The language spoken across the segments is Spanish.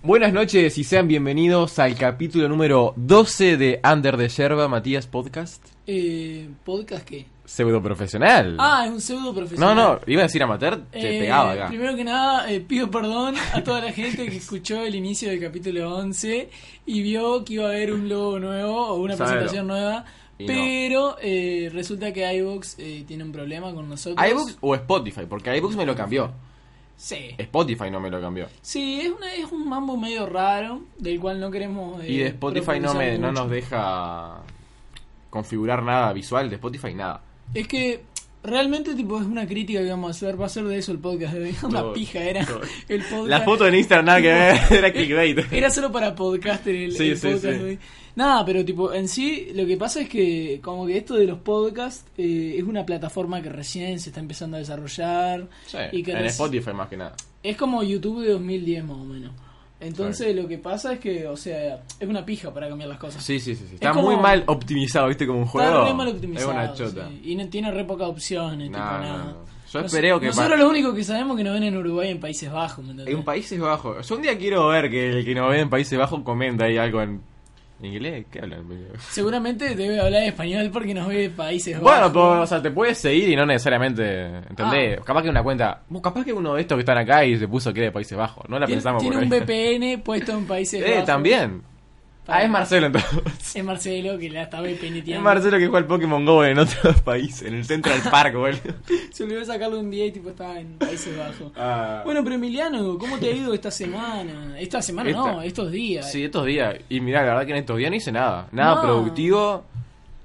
Buenas noches y sean bienvenidos al capítulo número 12 de Under the Yerba, Matías Podcast. Eh, ¿Podcast qué? Pseudo profesional. Ah, es un pseudo profesional. no, no, iba a decir amateur, te Eh, pegaba acá. Primero que nada, eh, pido perdón a toda la gente que escuchó el inicio del capítulo 11 y vio que iba a haber un logo nuevo o una Sabelo. presentación nueva, Y no. pero eh, resulta que iVoox eh, tiene un problema con nosotros. ¿iBooks o Spotify? Porque iBooks me lo cambió. Sí. Eh. Spotify no me lo cambió. Sí, es, una, es un mambo medio raro del cual no queremos... eh, Y de Spotify no, me, profundizar no mucho. nos deja configurar nada visual, de Spotify nada. Es que realmente tipo es una crítica que vamos a hacer, va a ser de eso el podcast, de hoy. una Todo, pija era todo. el podcast. La foto en Instagram nada que ver, era clickbait. Era solo para podcaster el, Sí, el sí, podcast sí. de hoy. Nada, pero tipo, en sí, lo que pasa es que como que esto de los podcasts eh, es una plataforma que recién se está empezando a desarrollar. Sí, y que en reci- Spotify más que nada. Es como YouTube de 2010 más o menos. Entonces lo que pasa es que, o sea, es una pija para cambiar las cosas. Sí, sí, sí. sí. Está como- muy mal optimizado, ¿viste? Como un juego. Está re mal optimizado. es una chota. sí. Y no, tiene re pocas opciones, tipo No, no, nada. no. Yo Nos- esperé que Nosotros pa- lo único que sabemos es que nos ven en Uruguay y en Países Bajos, ¿me entendés? En Países Bajos. Yo un día quiero ver que el que nos ve en Países Bajos comenta ahí algo en inglés. ¿Qué hablan? Seguramente debe hablar español porque nos ve de Países Bueno, Bajos. pues, o sea, te puedes seguir y no necesariamente. Ah. ¿Entendés? Capaz que una cuenta. vos, Capaz que uno de estos que están acá y se puso que era de Países Bajos. No la Tiene, pensamos tiene por un ahí. VPN puesto en Países Eh, Bajos. también. Para- Ah, es Marcelo entonces. Es Marcelo que la está VPNeando. Es Marcelo que juega al Pokémon Go en otro país, en el Central Park, boludo. Se olvidó sacarlo un día y tipo estaba en Países Bajos. Ah. Bueno, pero Emiliano, ¿cómo te ha ido esta semana? Esta semana no, Esta- estos días. Sí, estos días. Y mirá, la verdad que en estos días no hice nada. Nada No. productivo.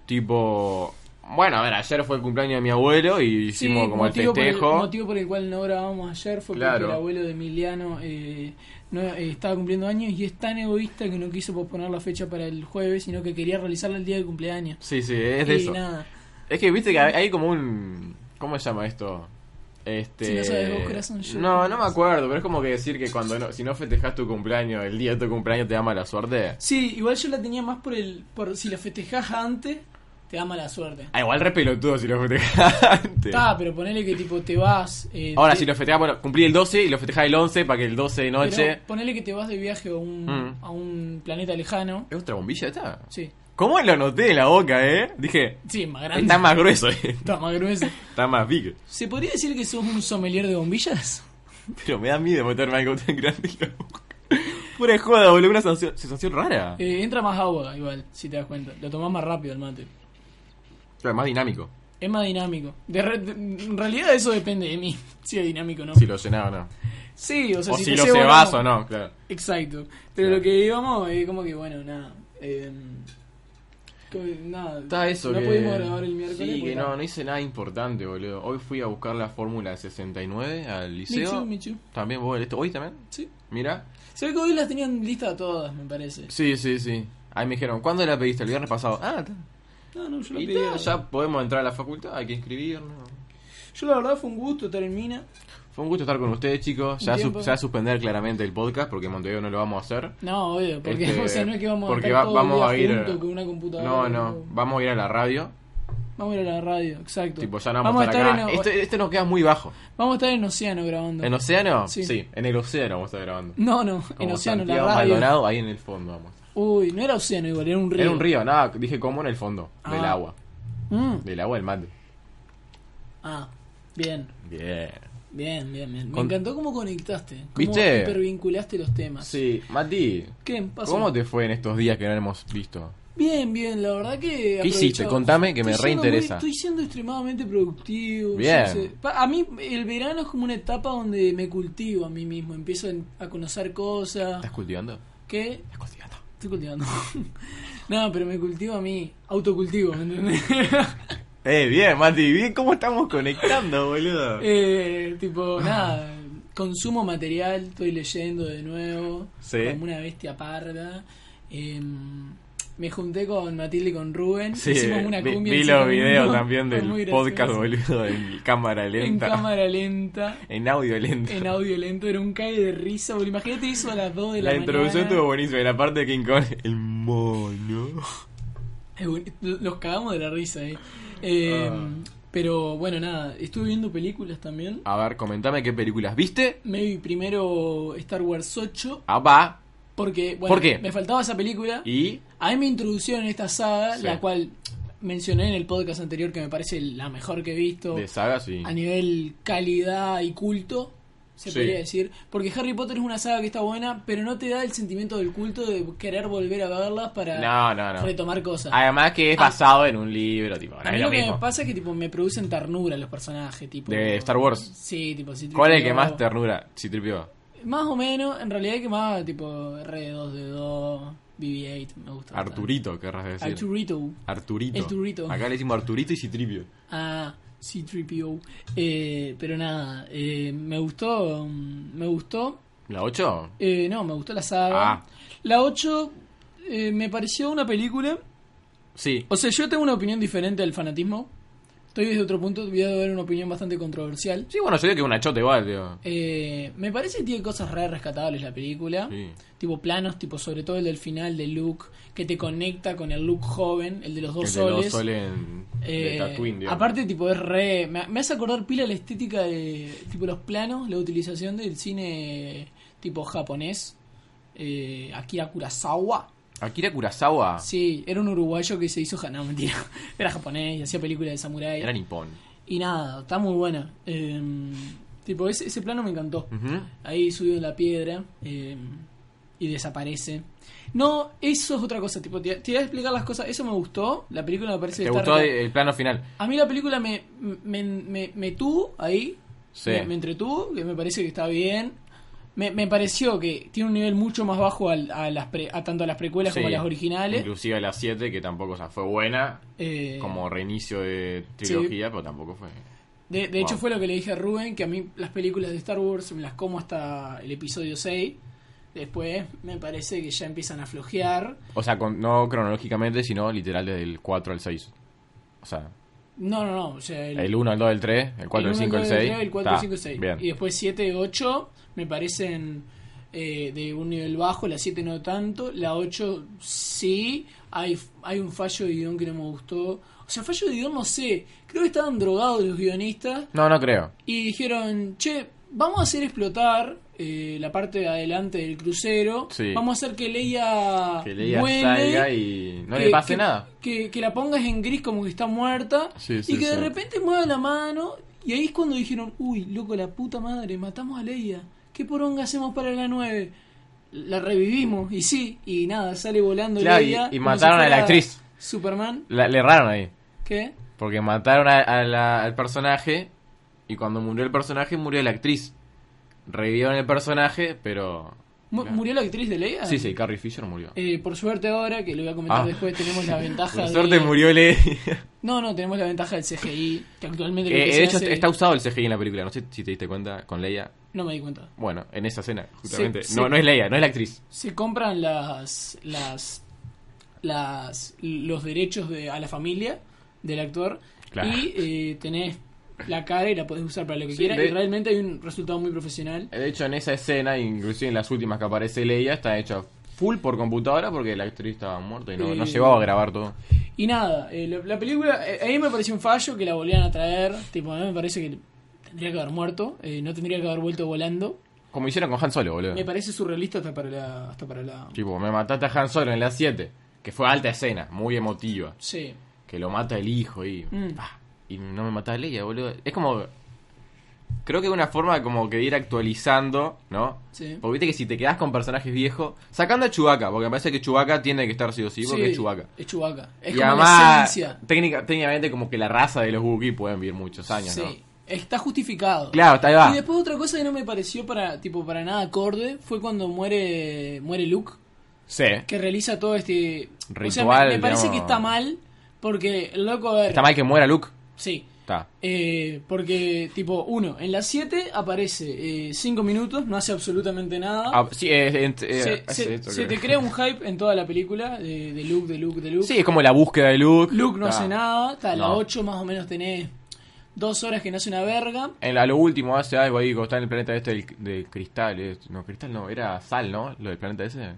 Tipo. Bueno, a ver, ayer fue el cumpleaños de mi abuelo y Sí, hicimos como el motivo por festejo. el motivo por el cual no grabamos ayer fue porque Claro. el abuelo de Emiliano eh, no, eh, estaba cumpliendo años y es tan egoísta que no quiso posponer la fecha para el jueves, sino que quería realizarla el día de cumpleaños. Sí, sí, es de y eso. nada. Es que viste que hay hay como un. ¿Cómo se llama esto? Este... Si no sabes vos, corazón, yo- no, no me acuerdo, pero es como que decir que cuando no- si no festejas tu cumpleaños, el día de tu cumpleaños te da mala suerte. Sí, igual yo la tenía más por el. por si la festejás antes, te da mala suerte. Ah, igual re pelotudo si lo festejas antes. Está, Ah, pero ponele que tipo te vas. eh, Ahora, te- si lo festejas, bueno, cumplí el 12 y lo festejás el 11 para que el 12 de pero noche. Ponele que te vas de viaje a un, Mm. a un planeta lejano. ¿Es otra bombilla esta? Sí, ¿Cómo lo noté en la boca, eh? Dije, sí, más grande. está más grueso, eh. Está más grueso. Está más big. ¿Se podría decir que sos un sommelier de bombillas? Pero me da miedo meterme algo tan grande en la boca. Pura joda, boludo, una sensación, sensación rara. Eh, entra más agua, igual, si te das cuenta. Lo tomás más rápido el mate. Claro, más dinámico. Es más dinámico. De re- de- en realidad eso depende de mí, si es dinámico o no. Si lo llenaba o no. Sí, o sea, O si, si te lo llevo cebas o no, claro. Exacto. Pero Claro. lo que íbamos es como que, bueno, nada. eh, que- nada. Está eso, no que... pudimos grabar el miércoles. Sí, porque que no, nada. no hice nada importante, boludo. Hoy fui a buscar la Fórmula 69 al Me liceo. too, me too. También vos, esto. ¿Hoy también? Sí. Mira. Se ve que hoy las tenían listas todas, me parece. Sí, sí, sí. Ahí me dijeron, ¿cuándo la pediste? El viernes pasado. Ah, está. No, no, yo lo Y pedí. ta, ya podemos entrar a la facultad, hay que inscribirnos. Yo la verdad fue un gusto estar en Mina. Fue un gusto estar con ustedes, chicos. Un Ya tiempo. su- se va a suspender claramente el podcast porque en Montevideo no lo vamos a hacer. No, obvio, porque Este, o sea, no es que vamos a porque estar va- todo vamos el a día ir- junto con una computadora. No, no, tipo. vamos a ir a la radio. Vamos a ir a la radio, exacto. Tipo, ya no vamos, a estar, acá. En, Esto, esto nos queda muy bajo. Vamos a estar en Océano grabando. ¿En Océano? Sí. Sí. en el Océano vamos a estar grabando. no, no, en Como Océano, la Santiago radio. Maldonado, ahí en el fondo vamos. a estar. Uy, no era Océano igual, era un río. Era un río, nada, dije como en el fondo, del Ah. agua. Mm. Del agua del mate. Ah, bien. Bien. Bien, bien, bien. Me Con- encantó cómo conectaste. Cómo ¿Viste? hipervinculaste los temas. Sí, Mati, ¿Qué pasó? ¿cómo te fue en estos días que no hemos visto? Ah. Bien, bien, la verdad que. aprovechaba- hiciste? Contame, que me Estoy siendo reinteresa. muy- Estoy siendo extremadamente productivo. Bien. yo sé. Pa- A mí, el verano es como una etapa donde me cultivo a mí mismo. Empiezo en- a conocer cosas. ¿Estás cultivando? que Estás cultivando. Estoy cultivando. no, pero me cultivo a mí. Autocultivo, ¿me entendés? Eh, bien, Mati, bien, ¿cómo estamos conectando, boludo? Eh, tipo, nada. Consumo material, estoy leyendo de nuevo, Sí. como una bestia parda. Eh, me junté con Matilde y con Rubén, Sí, hicimos una vi, cumbia. vi en los Cerro videos Mundo, también fue muy del gracioso. podcast, boludo, en cámara En lenta. En, cámara lenta, audio lenta. en audio lento, era un cae de risa. boludo. Imagínate eso a las 2 de la, la introducción mañana. estuvo buenísima. Y la parte de King Kong, el mono. Es buen- Los cagamos de la risa, eh. Eh, Ah. Pero bueno, nada, estuve viendo películas también. A ver, comentame qué películas viste. Me vi primero Star Wars 8, Ah, va. porque bueno, ¿Por qué? me faltaba esa película. Y. A mí me introducieron esta saga, Sí. la cual mencioné en el podcast anterior que me parece la mejor que he visto De sagas y. a nivel calidad y culto, se Sí. podría decir. Porque Harry Potter es una saga que está buena, pero no te da el sentimiento del culto de querer volver a verlas para No, no, no. retomar cosas. Además que es Ah. basado en un libro, tipo. No A es mí lo lo que me mismo. pasa es que tipo me producen ternura los personajes, tipo De Star Wars. Sí, tipo sí, ¿Cuál es el tipo, que más ternura? Sí, tripio. Más o menos, en realidad el que más tipo R2D2, BB8 me gusta. bastante. Arturito, querrás decir. Arturito. Arturito. El Turrito. Acá le decimos Arturito y Citripio. Ah, C3PO. Eh, pero nada, eh, me gustó mm, me gustó ¿La 8? Eh, no, me gustó la saga. Ah. La 8 eh, me pareció una película. Sí. O sea, yo tengo una opinión diferente al fanatismo. Estoy desde otro punto, voy a dar una opinión bastante controversial. Sí, bueno, yo digo que es una chota igual, tío. Eh, me parece que tiene cosas re rescatables la película. Sí. Tipo planos, tipo sobre todo el del final de Luke, que te conecta con el Luke joven, el de los dos Que te lo soles. suelen- de Eh, Tatooine, digamos. aparte, tipo, es re. Me, me hace acordar pila la estética de. Tipo, los planos, la utilización del cine tipo japonés. Eh, Akira Kurosawa. Akira Kurosawa Sí, era un uruguayo que se hizo. ja- No, mentira. Era japonés y hacía películas de samurái. era nipón. Y nada, está muy buena. Eh, tipo, ese, ese plano me encantó. Ujú. Ahí subido en la piedra eh, y desaparece. No, eso es otra cosa. Tipo, te, te voy a explicar las cosas. Eso me gustó. La película me parece ¿Te que está gustó e- re- el plano final? a mí la película me, me, me, me tuvo ahí. Sí. Me, me entretuvo, que me parece que está bien. Me, me pareció que tiene un nivel mucho más bajo al- a, las pre- a tanto a las precuelas como a Sí. las originales. Inclusive la 7, que tampoco o sea, fue buena. Eh, Como reinicio de trilogía, pero tampoco fue. de de hecho Wow. fue lo que le dije a Rubén, que a mí las películas de Star Wars me las como hasta el episodio 6. Después me parece que ya empiezan a flojear. O sea, con- no cronológicamente, sino literal desde el 4 al 6. O sea, No, no, no. O sea, el, el 1, el 2, el 3, el 4, el, uno, 5, el dos, 6. tres, El 4, el 5, el 6. Bien. Y después 7, 8 me parecen eh, de un nivel bajo. La 7 no tanto. La 8 sí. Hay, hay un fallo de guión que no me gustó. O sea, fallo de guión no sé. Creo que estaban drogados los guionistas No, no creo. y dijeron, che, vamos a hacer explotar eh, la parte de adelante del crucero. Sí. Vamos a hacer que Leia, Que Leia vuele, salga y no que- le pase eh, que- nada. Que, que la pongas en gris como que está muerta. Sí, y sí, que de sí. repente mueva la mano. Y ahí es cuando dijeron, uy, loco, la puta madre, matamos a Leia. ¿Qué poronga hacemos para la 9? La revivimos, y sí, y nada, sale volando Claro, y- Leia. y como mataron a la fuera actriz. Superman, La- le erraron ahí. ¿qué? Porque mataron a- a la- al personaje. Y cuando murió el personaje, murió la actriz. Revivieron el personaje, pero. Mu- Claro. ¿Murió la actriz de Leia? Sí, sí, Carrie Fisher murió. Eh, por suerte ahora, que lo voy a comentar Ah. después, tenemos la ventaja Por suerte de... murió Leia. No, no, tenemos la ventaja del CGI, que actualmente lo Eh, que se de hecho, hace- está usado el CGI en la película. No sé si te diste cuenta con Leia. No me di cuenta. Bueno, en esa escena, justamente. Sí, no, sí. no es Leia, no es la actriz. Se compran las... las las los derechos de, a la familia del actor Claro. y eh, tenés la cara y la podés usar para lo que Sí, quieras de- y realmente hay un resultado muy profesional Eh, De hecho, en esa escena, inclusive en las últimas que aparece Leia, está hecha full por computadora porque la actriz estaba muerta y no, no Eh. llegaba a grabar todo. Y nada, eh, la, la película, eh, a mí me pareció un fallo que la volvían a traer. Tipo, a mí me parece que tendría que haber muerto, eh, no tendría que haber vuelto volando. Como hicieron con Han Solo, boludo. Me parece surrealista hasta para la. Hasta para la Tipo, me mataste a Han Solo en la 7, que fue alta escena, muy emotiva. sí. Que lo mata el hijo y. Mm. pa, y no me mata a Leia, boludo. Es como. Creo que es una forma como que de ir actualizando, ¿no? Sí. Porque viste que si te quedas con personajes viejos. Sacando a Chewbacca, porque me parece que Chewbacca tiene que estar sí o sí, porque es Chewbacca. Es Chewbacca. Es y como la además, esencia. técnica- técnicamente, como que la raza de los Wookiees pueden vivir muchos años, sí. ¿no? Está justificado. Claro, está ahí va. Y después otra cosa que no me pareció para tipo para nada acorde fue cuando muere muere Luke, Sí. que realiza todo este o sea, me- Ritual, me, parece digamos. que está mal porque el loco a ver, Está mal que muera Luke. Sí. Está. Eh, porque, tipo, uno, en las 7 aparece 5 minutos, no hace absolutamente nada. Ah, sí, es- en- eh, se, es se- esto, se creo. te crea un hype en toda la película de, de Luke, de Luke, de Luke. Sí, es como la búsqueda de Luke. Luke no Está. hace nada, está, a las No. 8 más o menos tenés dos horas que no hace una verga. En- a lo último hace algo ahí, cuando está en el planeta este del, del cristal. eh, No, cristal no, era sal, ¿no? Lo del planeta ese. Eh,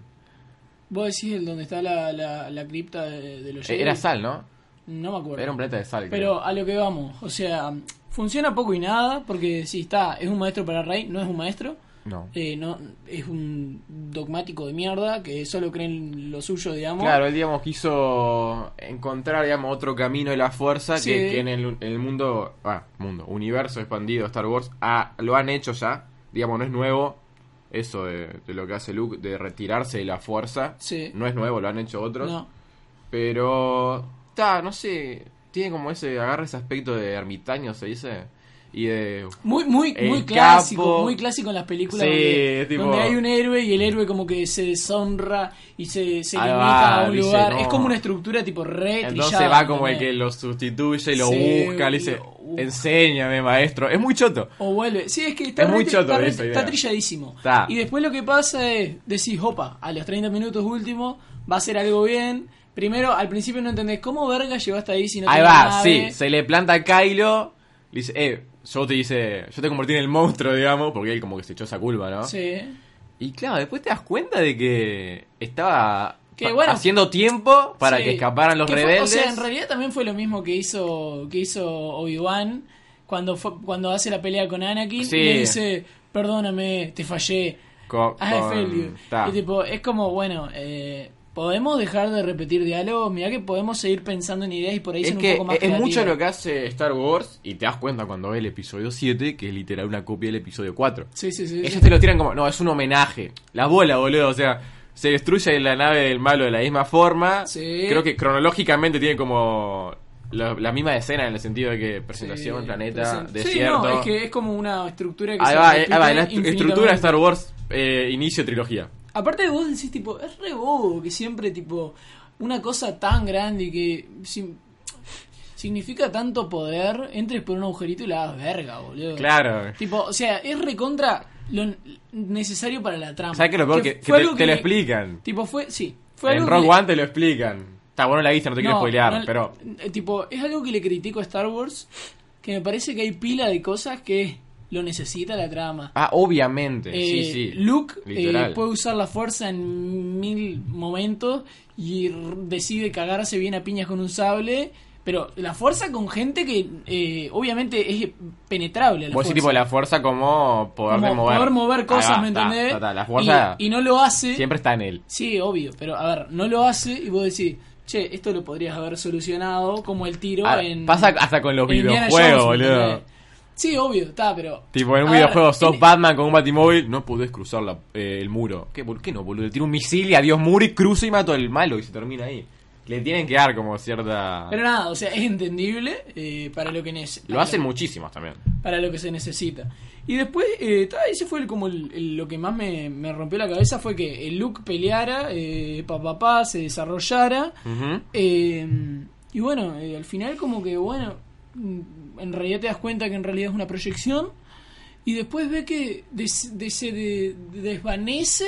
Vos decís el donde está la, la, la cripta de, de los Jedi. Eh, Era sal, ¿no? No me acuerdo. Era un planeta de sal. creo. Pero a lo que vamos, o sea, funciona poco y nada, porque si está, es un maestro para Rey, no es un maestro. No. Eh, no, es un dogmático de mierda que solo creen lo suyo, digamos. Claro, él, digamos, quiso encontrar, digamos, otro camino de la fuerza Sí. que, que en el, el mundo, ah, mundo, universo expandido de Star Wars, ah, lo han hecho ya. Digamos, no es nuevo eso de, de lo que hace Luke, de retirarse de la fuerza. Sí. No es nuevo, lo han hecho otros. No. Pero, ta, no sé, tiene como ese, agarra ese aspecto de ermitaño, se dice. Y de... Muy, muy, El muy clásico, capo. muy clásico en las películas Sí, donde, es tipo- donde hay un héroe y el héroe como que se deshonra y se, se Ahí limita va, a un dice, lugar. no. Es como una estructura tipo re Entonces trillada, va como el ¿entendés? que lo sustituye y lo Sí, uh, busca, le dice, lo busca. enséñame maestro. Es muy choto. O vuelve. Sí, es que está, Es muy re- choto está, re- esa idea. está trilladísimo. Está. Y después lo que pasa es, decís, opa, a los 30 minutos últimos va a ser algo bien. Primero, al principio no entendés cómo verga llegó hasta ahí si no ¿eh? Ahí tenés va, nave? sí, se le planta a Kylo, le dice, eh, yo te hice, yo te convertí en el monstruo, digamos, porque él como que se echó esa culpa, ¿no? Sí. Y claro, después te das cuenta de que estaba Que pa- bueno. haciendo tiempo para Sí. que escaparan los Que fue- rebeldes. o sea, en realidad también fue lo mismo que hizo que hizo Obi-Wan cuando fue, cuando hace la pelea con Anakin Sí. y le dice, "Perdóname, te fallé." Co- I con- failed you". ta. Ah, Y tipo, es como, bueno, eh, podemos dejar de repetir diálogos, mirá que podemos seguir pensando en ideas y por ahí es son que un poco más es, es mucho creativas. lo que hace Star Wars y te das cuenta cuando ves el episodio 7, que es literal una copia del episodio 4. Sí, sí, sí. sí. Ellos te lo tiran como, no, es un homenaje. La bola, boludo, o sea, se destruye la nave del malo de la misma forma. Sí. Creo que cronológicamente tiene como la, la misma escena en el sentido de que presentación, Sí, planeta, present- desierto. Sí, no, es que es como una estructura que Ahí se va, eh, repite ahí va, la estru- infinitamente. estructura de Star Wars, eh, inicio trilogía. Aparte vos decís, tipo, es re bobo que siempre, tipo, una cosa tan grande y que sim- significa tanto poder, entres por un agujerito y la hagas verga, boludo. Claro. Tipo, o sea, es recontra lo n- necesario para la trama. ¿Sabes qué es lo peor? Que, que fue te, algo te lo le- explican. Tipo, fue, sí. Fue En algo Rock que le- One te lo explican. Está bueno la vista, no te quiero no, spoilear, no, pero. eh, Tipo, es algo que le critico a Star Wars, que me parece que hay pila de cosas que lo necesita la trama. Ah, obviamente. sí, Eh, sí. Luke eh, Literal. puede usar la fuerza en mil momentos y r- decide cagarse bien a piñas con un sable. Pero la fuerza con gente que eh, obviamente es penetrable. a La Vos fuerza. decís tipo la fuerza como poder de Como mover. poder mover cosas, Ahí va, ¿me ta, entendés? ta, ta, La fuerza y, y no lo hace. siempre está en él. Sí, obvio, pero a ver, no lo hace y vos decís, che, esto lo podrías haber solucionado como el tiro Ah, en. Pasa hasta con los en Indiana videojuegos, Jones, ¿me boludo. entendés? Sí, obvio, está, pero. Tipo, en un a ver, videojuego sos en- e-, Batman con un batimóvil, no podés cruzar la- eh, el muro. ¿Qué, ¿Por qué no, boludo? Tira un misil y adiós muro y cruzo y mato al malo y se termina ahí. Le tienen que dar como cierta... Pero nada, o sea, es entendible eh, para lo que nece- Lo para hacen muchísimos también. para lo que se necesita. Y después, eh, ta, ese fue el- como el- el- lo que más me, me rompió la cabeza fue que el Luke peleara, eh, pa, pa, pa, se desarrollara. Ujú. Eh, y bueno, eh, al final como que, bueno, mm, en realidad te das cuenta que en realidad es una proyección. Y después ve que des- de- se de- desvanece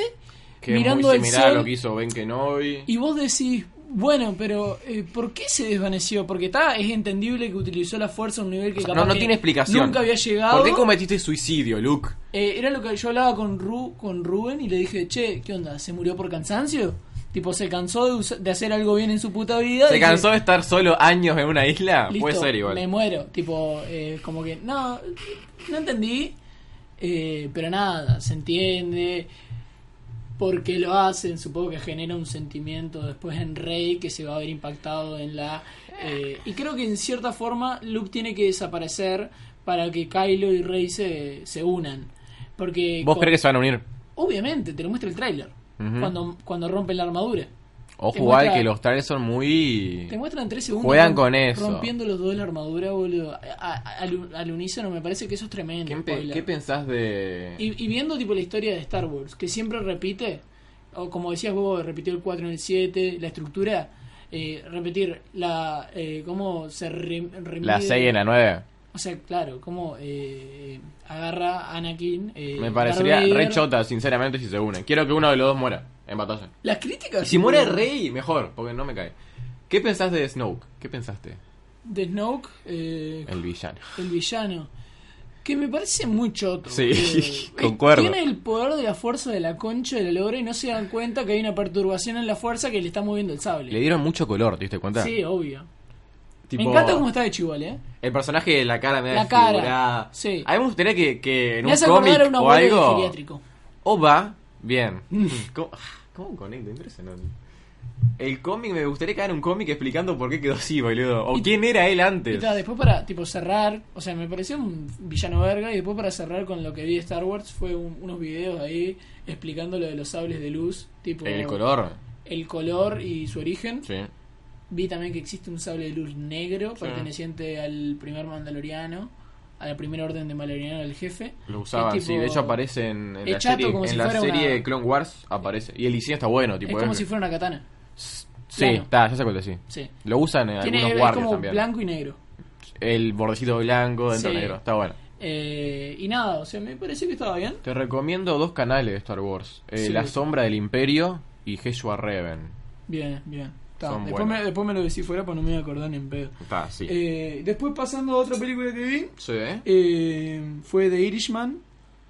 Que mirando es al muy similar a sol. lo que hizo Ben Kenobi. Y vos decís, bueno, pero eh, ¿por qué se desvaneció? Porque está, es entendible que utilizó la fuerza a un nivel que O sea, capaz no, no que tiene explicación. Nunca había llegado. ¿Por qué cometiste suicidio, Luke? Eh, era lo que yo hablaba con, Ru, con Rubén y le dije, che, ¿qué onda? ¿Se murió por cansancio? Tipo, se cansó de, usa- de hacer algo bien en su puta vida. ¿Se Dije, cansó de estar solo años en una isla? Listo, Ah, Puede ser igual. Me muero. Tipo, eh, como que, no, no entendí. eh, pero nada, se entiende. Porque lo hacen, supongo que genera un sentimiento después en Rey que se va a ver impactado en la. eh, y creo que en cierta forma Luke tiene que desaparecer para que Kylo y Rey se, se unan. Porque. ¿Vos con- crees que se van a unir? Obviamente, te lo muestra el tráiler. Ujú. cuando, cuando rompen la armadura. Ojo, Te igual muestra- que los trailers son muy. Te muestran tres segundos. Juegan rom- con eso. Rompiendo los dos la armadura, boludo. A- a- al, al unísono, me parece que eso es tremendo. ¿Qué, pe- spoiler. qué pensás de.? y, y viendo tipo la historia de Star Wars, que siempre repite, o como decías vos, repitió el 4 en el 7, la estructura. eh, repetir la eh, cómo se re- remide- La 6 en la 9. O sea, claro, cómo eh, agarra a Anakin. eh, Me parecería Darth re Vader. chota, sinceramente, si se unen. Quiero que uno de los dos muera en batalla. Las Y críticas. si muere Rey, mejor, porque no me cae. ¿Qué pensás de Snoke? ¿Qué pensaste? De Snoke, eh, El villano. el villano. Que me parece muy choto. Sí, eh, concuerdo. Tiene el poder de la fuerza de la concha de la lora y no se dan cuenta que hay una perturbación en la fuerza que le está moviendo el sable. Le dieron mucho color, ¿te diste cuenta? Sí, obvio. Tipo, Me encanta cómo está hecho igual, ¿eh? El personaje de la cara me da La cara, desfigurada. sí. A mí me gustaría que, que en Me un hace acordar cómic a un o abuelo Mm. de algo. geriátrico. O va, bien. ¿Cómo, cómo conecto? Impresionante. El cómic, me gustaría que hagan un cómic explicando por qué quedó así, boludo. O Y- quién era él Y antes. ta, después para tipo cerrar, o sea, me pareció un villano verga y después para cerrar con lo que vi de Star Wars fue un- unos videos ahí explicando lo de los sables de luz, tipo El color. el color y su origen. Sí. Vi también que existe un sable de luz negro Sí. perteneciente al primer mandaloriano, a la primera orden de mandaloriano del jefe. Lo usaban, Es sí. tipo- De hecho aparece en, en es la chato serie, como si en la fuera serie una- Clone Wars. Aparece. Y el diseño está bueno, tipo. es como es- si fuera una katana. Sí, plano. está, ya se cuenta, sí. Sí. Lo usan en Tiene algunos es guardias como también. blanco y negro. El bordecito blanco, dentro Sí. negro. Está bueno. Eh, y nada, o sea, me pareció que estaba bien. Te recomiendo dos canales de Star Wars: eh, Sí. La Sombra del Imperio y Jeshua Reven. Bien, bien. Ta, Son Después, buenas. me, después me lo decís fuera, pues no me voy a acordar ni en pedo. Está, sí. Eh, después pasando a otra película que vi, Sí, ¿eh? eh, fue The Irishman,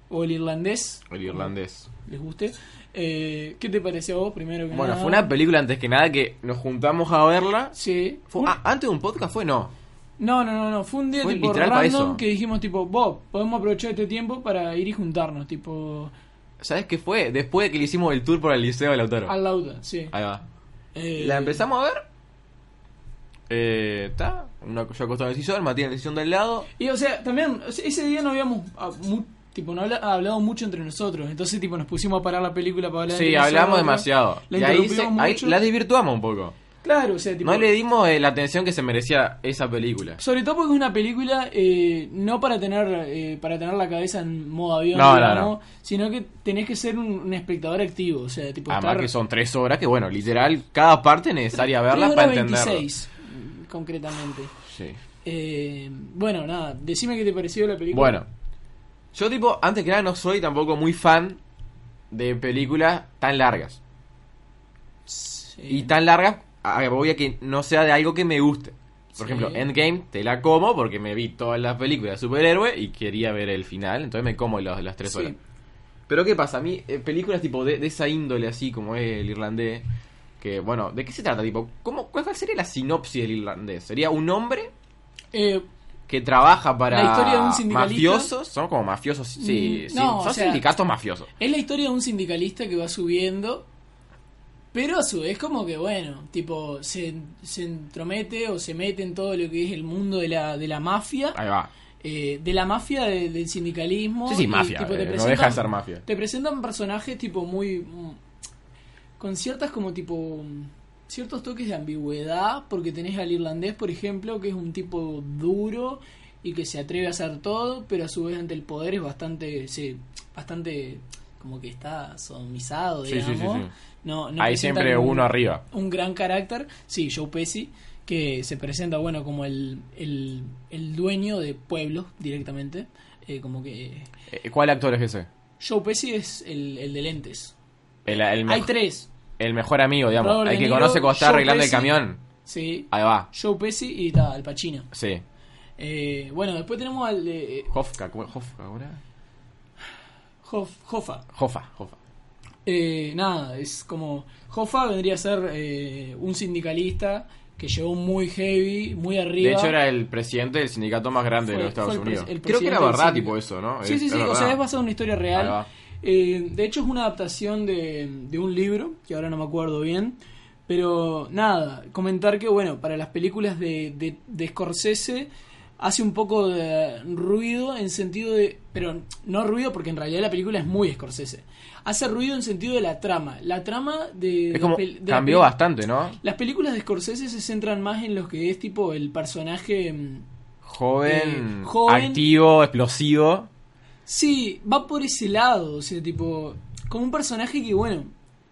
o El Irlandés. El irlandés. Les guste. Eh, ¿Qué te pareció a vos primero que Bueno, nada? fue una película antes que nada que nos juntamos a verla. Sí. Fue- Un- ah, antes de un podcast fue, no. No, no, no, no. Fue un día Fue tipo literal para random eso. que dijimos tipo, Bob, podemos aprovechar este tiempo para ir y juntarnos, tipo, ¿Sabes qué fue? Después de que le hicimos el tour por el Liceo del Lautaro. al lauda, sí. Ahí va. Eh, La empezamos a ver. Eh, Está. Una- yo acostado en el sillón, Matías en el sillón del lado. Y o sea, también, o sea, ese día no habíamos ah, mu- tipo, no habla- hablado mucho entre nosotros, entonces tipo nos pusimos a parar la película para hablar Sí, entre hablamos nosotros. demasiado. La y ahí, se- interrumpimos ahí mucho. la desvirtuamos un poco. Claro, o sea, tipo, No le dimos eh, la atención que se merecía esa película. Sobre todo porque es una película eh, no para tener eh, para tener la cabeza en modo avión, No, no, digamos, no. sino que tenés que ser un, un espectador activo, o sea, tipo Además estar- que son tres horas que, bueno, literal, cada parte es necesaria verla Tres para horas entenderla. 26, concretamente. Sí. Eh, bueno, nada, decime qué te pareció la película. Bueno, yo tipo, antes que nada no soy tampoco muy fan de películas tan largas. Sí. Y tan largas, a- voy a que no sea de algo que me guste. Por Sí. ejemplo, Endgame te la como porque me vi todas las películas de superhéroe y quería ver el final, entonces me como los- las tres Sí. horas. Pero ¿qué pasa? A mí, eh, películas tipo de, de esa índole así como es el irlandés, que bueno, ¿de qué se trata? Tipo, ¿cómo, ¿Cuál sería la sinopsis del irlandés? ¿Sería un hombre Eh, que trabaja para La historia de un sindicalista. mafiosos? Son como mafiosos, sí, Mm, sí, no, son o sea- sindicatos mafiosos. es la historia de un sindicalista que va subiendo, pero a su vez como que, bueno, tipo, se, se entromete o se mete en todo lo que es el mundo de la, de la mafia. Ahí va. eh, de la mafia de- del sindicalismo. Ah. Sí, sí, y, mafia, tipo, te eh, no presentan- deja de ser mafia. Te presentan personajes tipo muy... mm, con ciertas como tipo... mm, ciertos toques de ambigüedad, porque tenés al irlandés, por ejemplo, que es un tipo duro y que se atreve a hacer todo, pero a su vez ante el poder es bastante... sí, bastante como que está sodomizado, Sí, sí, sí, digamos. sí. No, no Ahí presentan siempre un- uno arriba. un gran carácter, sí, Joe Pesci, que se presenta, bueno, como el, el, el dueño de pueblos directamente, eh, como que... Eh, ¿Cuál actor es ese? Joe Pesci es el, el de lentes. El, el mej- Hay tres, el mejor amigo, digamos. Robert el De que Niro, conoce cuando está Joe arreglando Pesci. el camión. sí. Ahí va. Joe Pesci y ta, Al Pacino. Sí. Eh, bueno, después tenemos al de eh, Hofka, ¿cómo- Hofka, ¿cómo era? Hoff- Hoffa. Jofa, Jofa. Eh, nada, es como... Hoffa vendría a ser eh, un sindicalista que llegó muy heavy, muy arriba. De hecho, era el presidente del sindicato más grande de Fue- los Estados fue el Unidos. pres- el Creo que era presidente del verdad, tipo, sindicato. eso, ¿no? Sí, Es- sí, es sí, o verdad. sea, es basado en una historia Ahí real. va. Eh, de hecho, es una adaptación de, de un libro, que ahora no me acuerdo bien. Pero nada, comentar que, bueno, para las películas de, de, de Scorsese hace un poco de ruido en sentido de... Pero no ruido porque en realidad la película es muy Scorsese. Hace ruido en sentido de la trama. La trama de... Es como, de la pel- de la cambió peli- bastante, ¿no? Las películas de Scorsese se centran más en lo que es tipo el personaje... mm, Joven, Eh, joven. activo, explosivo. Sí, va por ese lado, o sea, tipo, como un personaje que, bueno,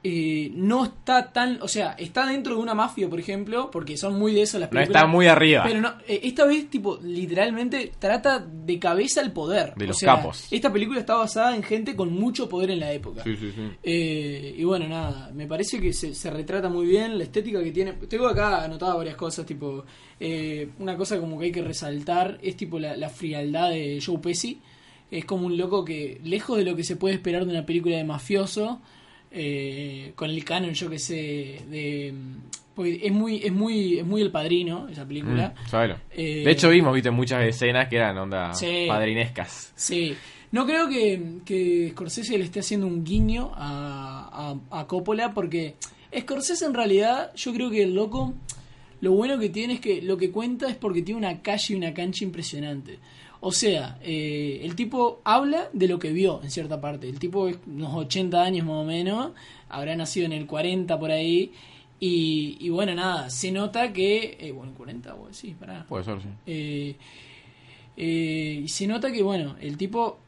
eh, no está tan. O sea, está dentro de una mafia, por ejemplo, porque son muy de eso las No películas. está muy arriba. Pero no, eh, esta vez, tipo, literalmente trata de cabeza el poder. De O los sea, capos. Esta película está basada en gente con mucho poder en la época. Sí, sí, sí. Eh, y bueno, nada, me parece que se, se retrata muy bien la estética que tiene. Tengo acá anotada varias cosas, tipo, eh, una cosa como que hay que resaltar es tipo la, la frialdad de Joe Pesci. Es como un loco que, lejos de lo que se puede esperar de una película de mafioso, eh, con el canon, yo que sé, de... Porque es muy, es muy, es muy el padrino esa película. Mm, sabelo. Eh, de hecho, vimos, viste, muchas escenas que eran onda Sí. padrinescas. Sí. No creo que, que Scorsese le esté haciendo un guiño a, a, a Coppola porque Scorsese en realidad yo creo que el loco lo bueno que tiene es que lo que cuenta es porque tiene una calle y una cancha impresionante. O sea, eh, el tipo habla de lo que vio en cierta parte. El tipo es unos 80 años más o menos, habrá nacido en el 40 por ahí. Y, y bueno, nada, se nota que... Eh, bueno, 40, bueno, sí, pará. Puede ser, sí. Eh, eh, y se nota que, bueno, el tipo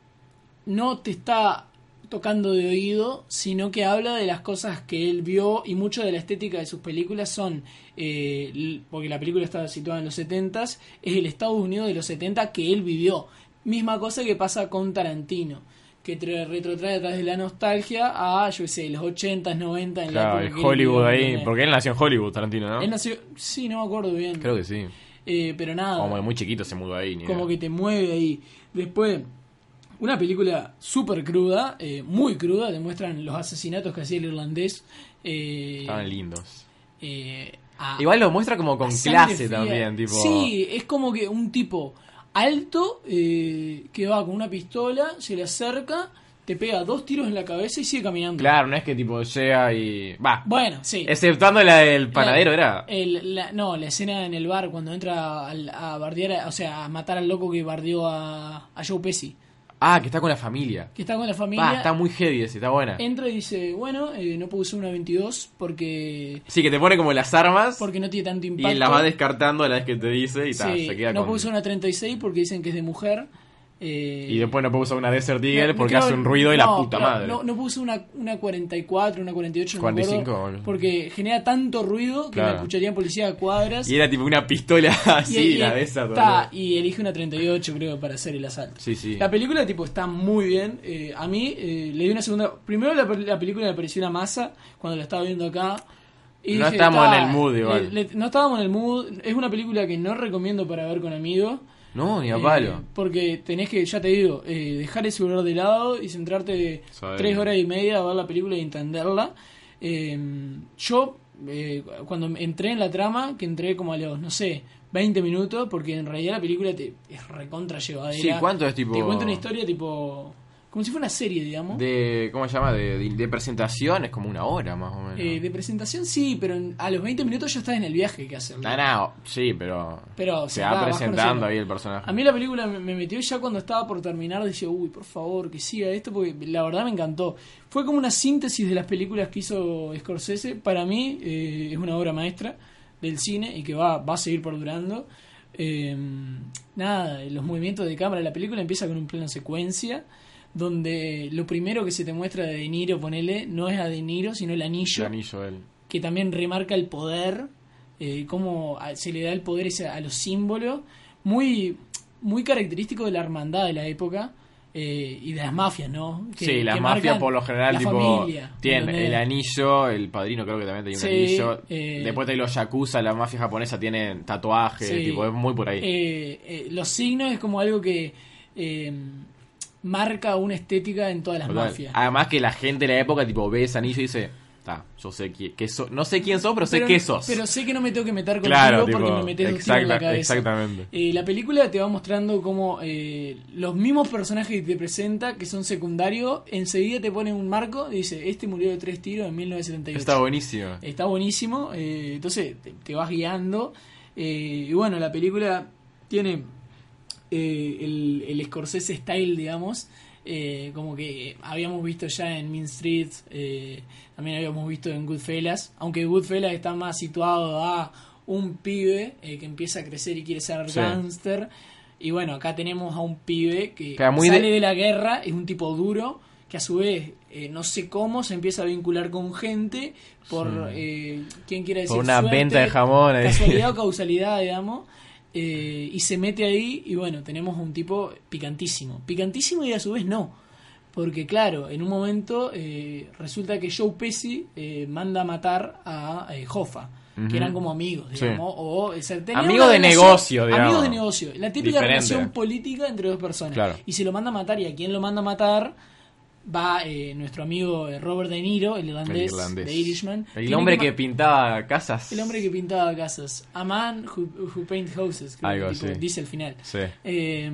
no te está tocando de oído, sino que habla de las cosas que él vio y mucho de la estética de sus películas son, eh, l- porque la película está situada en los 70s, es el Estados Unidos de los 70 que él vivió. Misma cosa que pasa con Tarantino, que tra- retrotrae a través de la nostalgia a, yo qué sé, los 80s, 90 en Claro, la época el que él Hollywood vivió, ahí. ¿entendés? Porque él nació en Hollywood, Tarantino, ¿no? Él nació, sí, no me acuerdo bien, Creo que sí. Eh, pero nada. Como de muy chiquito se mudó ahí. ni como idea. que te mueve ahí. Después, una película súper cruda, eh, muy cruda, te muestran los asesinatos que hacía el irlandés. eh, Estaban lindos. eh, a- Igual lo muestra como con a sangre clase fría. también, tipo. Sí, es como que un tipo alto eh, que va con una pistola, se le acerca, te pega dos tiros en la cabeza y sigue caminando. Claro, no es que tipo llega y. Va. Bueno, eh. sí. Exceptuando la del panadero, era. El- la- no, la escena en el bar cuando entra al- a, bardear, o sea, a matar al loco que bardeó a, a Joe Pesci, Ah, que está con la familia. que está con la familia. Va, está muy heavy ese, está buena. Entra y dice, bueno, eh, no puedo usar una 22 porque Sí, que te pone como las armas porque no tiene tanto y impacto. las va descartando a las que te dice y ta, Sí, se queda no con. puedo usar una 36 porque dicen que es de mujer. eh, Y después no puede usar una Desert no- Eagle no porque creo- hace un ruido de la no, puta pero madre. No, no puedo usar una, una 44, una 48, no me 45, acuerdo, boludo. porque genera tanto ruido que Claro. me escucharían policía a cuadras. Y era tipo una pistola Y- así, y- Ah, la Desert. ta, boludo. y elige una 38 creo para hacer el asalto. Sí, sí. La película tipo está muy bien. eh, a mí eh, le di una segunda. Primero la, la película me pareció una masa cuando la estaba viendo acá. Y No dije, estábamos "Ta, en el mood le- igual". le- no estábamos en el mood. Es una película que no recomiendo para ver con amigos. No, ni a eh, palo. porque tenés que, ya te digo, eh, dejar el celular de lado y centrarte Saber. tres horas y media a ver la película y entenderla. Eh, yo, eh, cuando entré en la trama, que entré como a los, no sé, 20 minutos, porque en realidad la película te, es recontra llevadera. Sí, ¿cuánto es, tipo? Te cuento una historia tipo. como si fuera una serie, digamos. De, ¿Cómo se llama? De, de, de presentación, es como una hora más o menos. Eh, de presentación sí, pero en- a los 20 minutos ya estás en el viaje que hacerlo. Nah, nah, sí, pero. Pero, o se sea, va va, vas presentando conociendo. ahí el personaje. A mí la película me me metió ya cuando estaba por terminar. Dije, uy, por favor, que siga esto, porque la verdad me encantó. Fue como una síntesis de las películas que hizo Scorsese. Para mí eh, es una obra maestra del cine y que va, va a seguir perdurando. Eh, nada, los movimientos de cámara. La película empieza con un plano secuencia donde lo primero que se te muestra de De Niro, ponele, no es a De Niro, sino el El anillo anillo él. que también remarca el poder, eh, cómo a- se le da el poder ese a los símbolos, muy, muy característico de la hermandad de la época eh, y de las mafias, ¿no? Que- sí, las que mafias marcan por lo general, la tipo. familia, tienen ¿entendés? el anillo, el padrino creo que también tiene un Sí, anillo. eh. Después de los yakuza, la mafia japonesa tienen tatuajes, Sí. tipo, es muy por ahí. Eh, eh, los signos es como algo que eh, marca una estética en todas las Total. mafias. Además que la gente de la época, tipo, ve ese anillo y dice. Ta, yo sé qui- que so- no sé quién sos, pero sé pero, que sos. pero sé que no me tengo que meter contigo claro, tipo, porque me metes dos tiros en la exacta- cabeza. exactamente. Eh, la película te va mostrando como eh, los mismos personajes que te presenta, que son secundarios, enseguida te pone un marco y dice, este murió de tres tiros en 1978. Está buenísimo. Está buenísimo, eh, entonces te, te vas guiando. eh, y bueno, la película tiene eh, el, el Scorsese style, digamos. eh, como que habíamos visto ya en Mean Street, eh, también habíamos visto en Goodfellas, aunque Goodfellas está más situado a un pibe eh, que empieza a crecer y quiere ser Sí. gángster. Y bueno, acá tenemos a un pibe que Pero muy sale de- de... la guerra, es un tipo duro, que a su vez, eh, no sé cómo, se empieza a vincular con gente por, eh, ¿quién quiera decir? Por una suerte, venta de jamón ahí. Casualidad o causalidad, digamos. eh, y se mete ahí y bueno, tenemos un tipo picantísimo. Picantísimo y a su vez no. Porque claro, en un momento eh, resulta que Joe Pesci eh, manda a matar a eh, Hoffa. Ujú. Que eran como amigos, Sí. digamos. O, o sea, tenía Amigo una de relación- negocio, digamos. Amigo de negocio. La típica Diferente. relación política entre dos personas. Claro. Y se lo manda a matar. Y a quien lo manda a matar va eh, nuestro amigo eh, Robert De Niro, el irlandés, irlandés. de Irishman. El Tiene hombre ma- que pintaba casas. el hombre que pintaba casas. A man who, who paint houses. creo Algo que tipo así. Dice al final. Sí. Eh,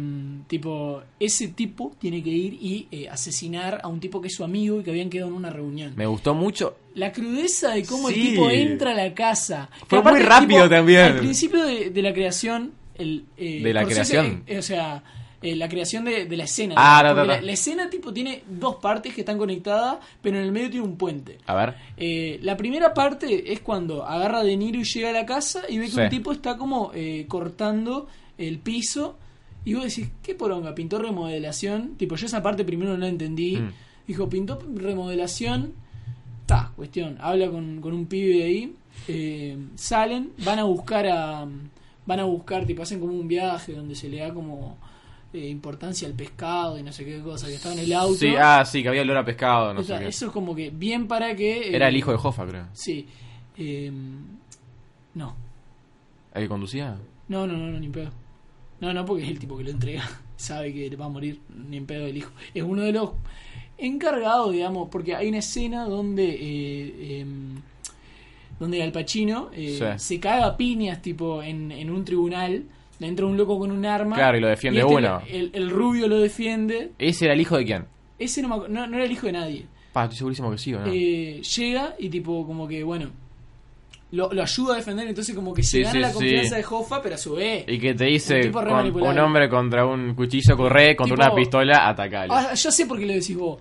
tipo, ese tipo tiene que ir y eh, asesinar a un tipo que es su amigo y que habían quedado en una reunión. Me gustó mucho. La crudeza de cómo el Sí. tipo entra a la casa. Fue Que aparte muy el rápido tipo, también. Al principio de, de la creación. El, eh, De la Scorsese, creación. eh, o sea, eh, la creación de, de la escena. Ah, ta, digamos, ta, porque ta. La, la escena tipo tiene dos partes que están conectadas, pero en el medio tiene un puente. A ver. Eh, la primera parte es cuando agarra a De Niro y llega a la casa y ve que Sí. un tipo está como eh, cortando el piso. Y vos decís, ¿qué poronga? ¿Pintó remodelación? Tipo, yo esa parte primero no la entendí. Mm. Dijo, pintó remodelación. Ta, cuestión. Habla con, con un pibe de ahí. eh, salen, van a buscar a. Van a buscar, tipo, hacen como un viaje donde se le da como eh, importancia al pescado y no sé qué cosa. Que estaba en el auto. Sí, ah, sí, que había olor a pescado, no O sea, sé qué. eso es como que bien para que. eh, Era el hijo de Hoffa, creo. Sí. Eh, no. ¿El que conducía? No, no, no, no, ni en pedo. No, no, porque es el tipo que lo entrega. Sabe que le va a morir, ni en pedo el hijo. Es uno de los encargados, digamos, porque hay una escena donde. eh, em, donde Al Pacino eh, Sí. se caga a piñas, tipo, en, en un tribunal. Le entra un loco con un arma. Claro, y lo defiende este- uno. El, el rubio lo defiende. ¿Ese era el hijo de quién? Ese no, me acu- no, no era el hijo de nadie. Pa, estoy segurísimo que sí, ¿o no? Eh, llega y tipo como que bueno lo, lo ayuda a defender entonces como que se Sí, gana sí, la sí. confianza de Hoffa pero a su vez Y que te Un dice tipo re con- manipulable. un hombre contra un cuchillo, corre, contra Tipo- una pistola, atacale. Ah, ya sé por qué lo decís vos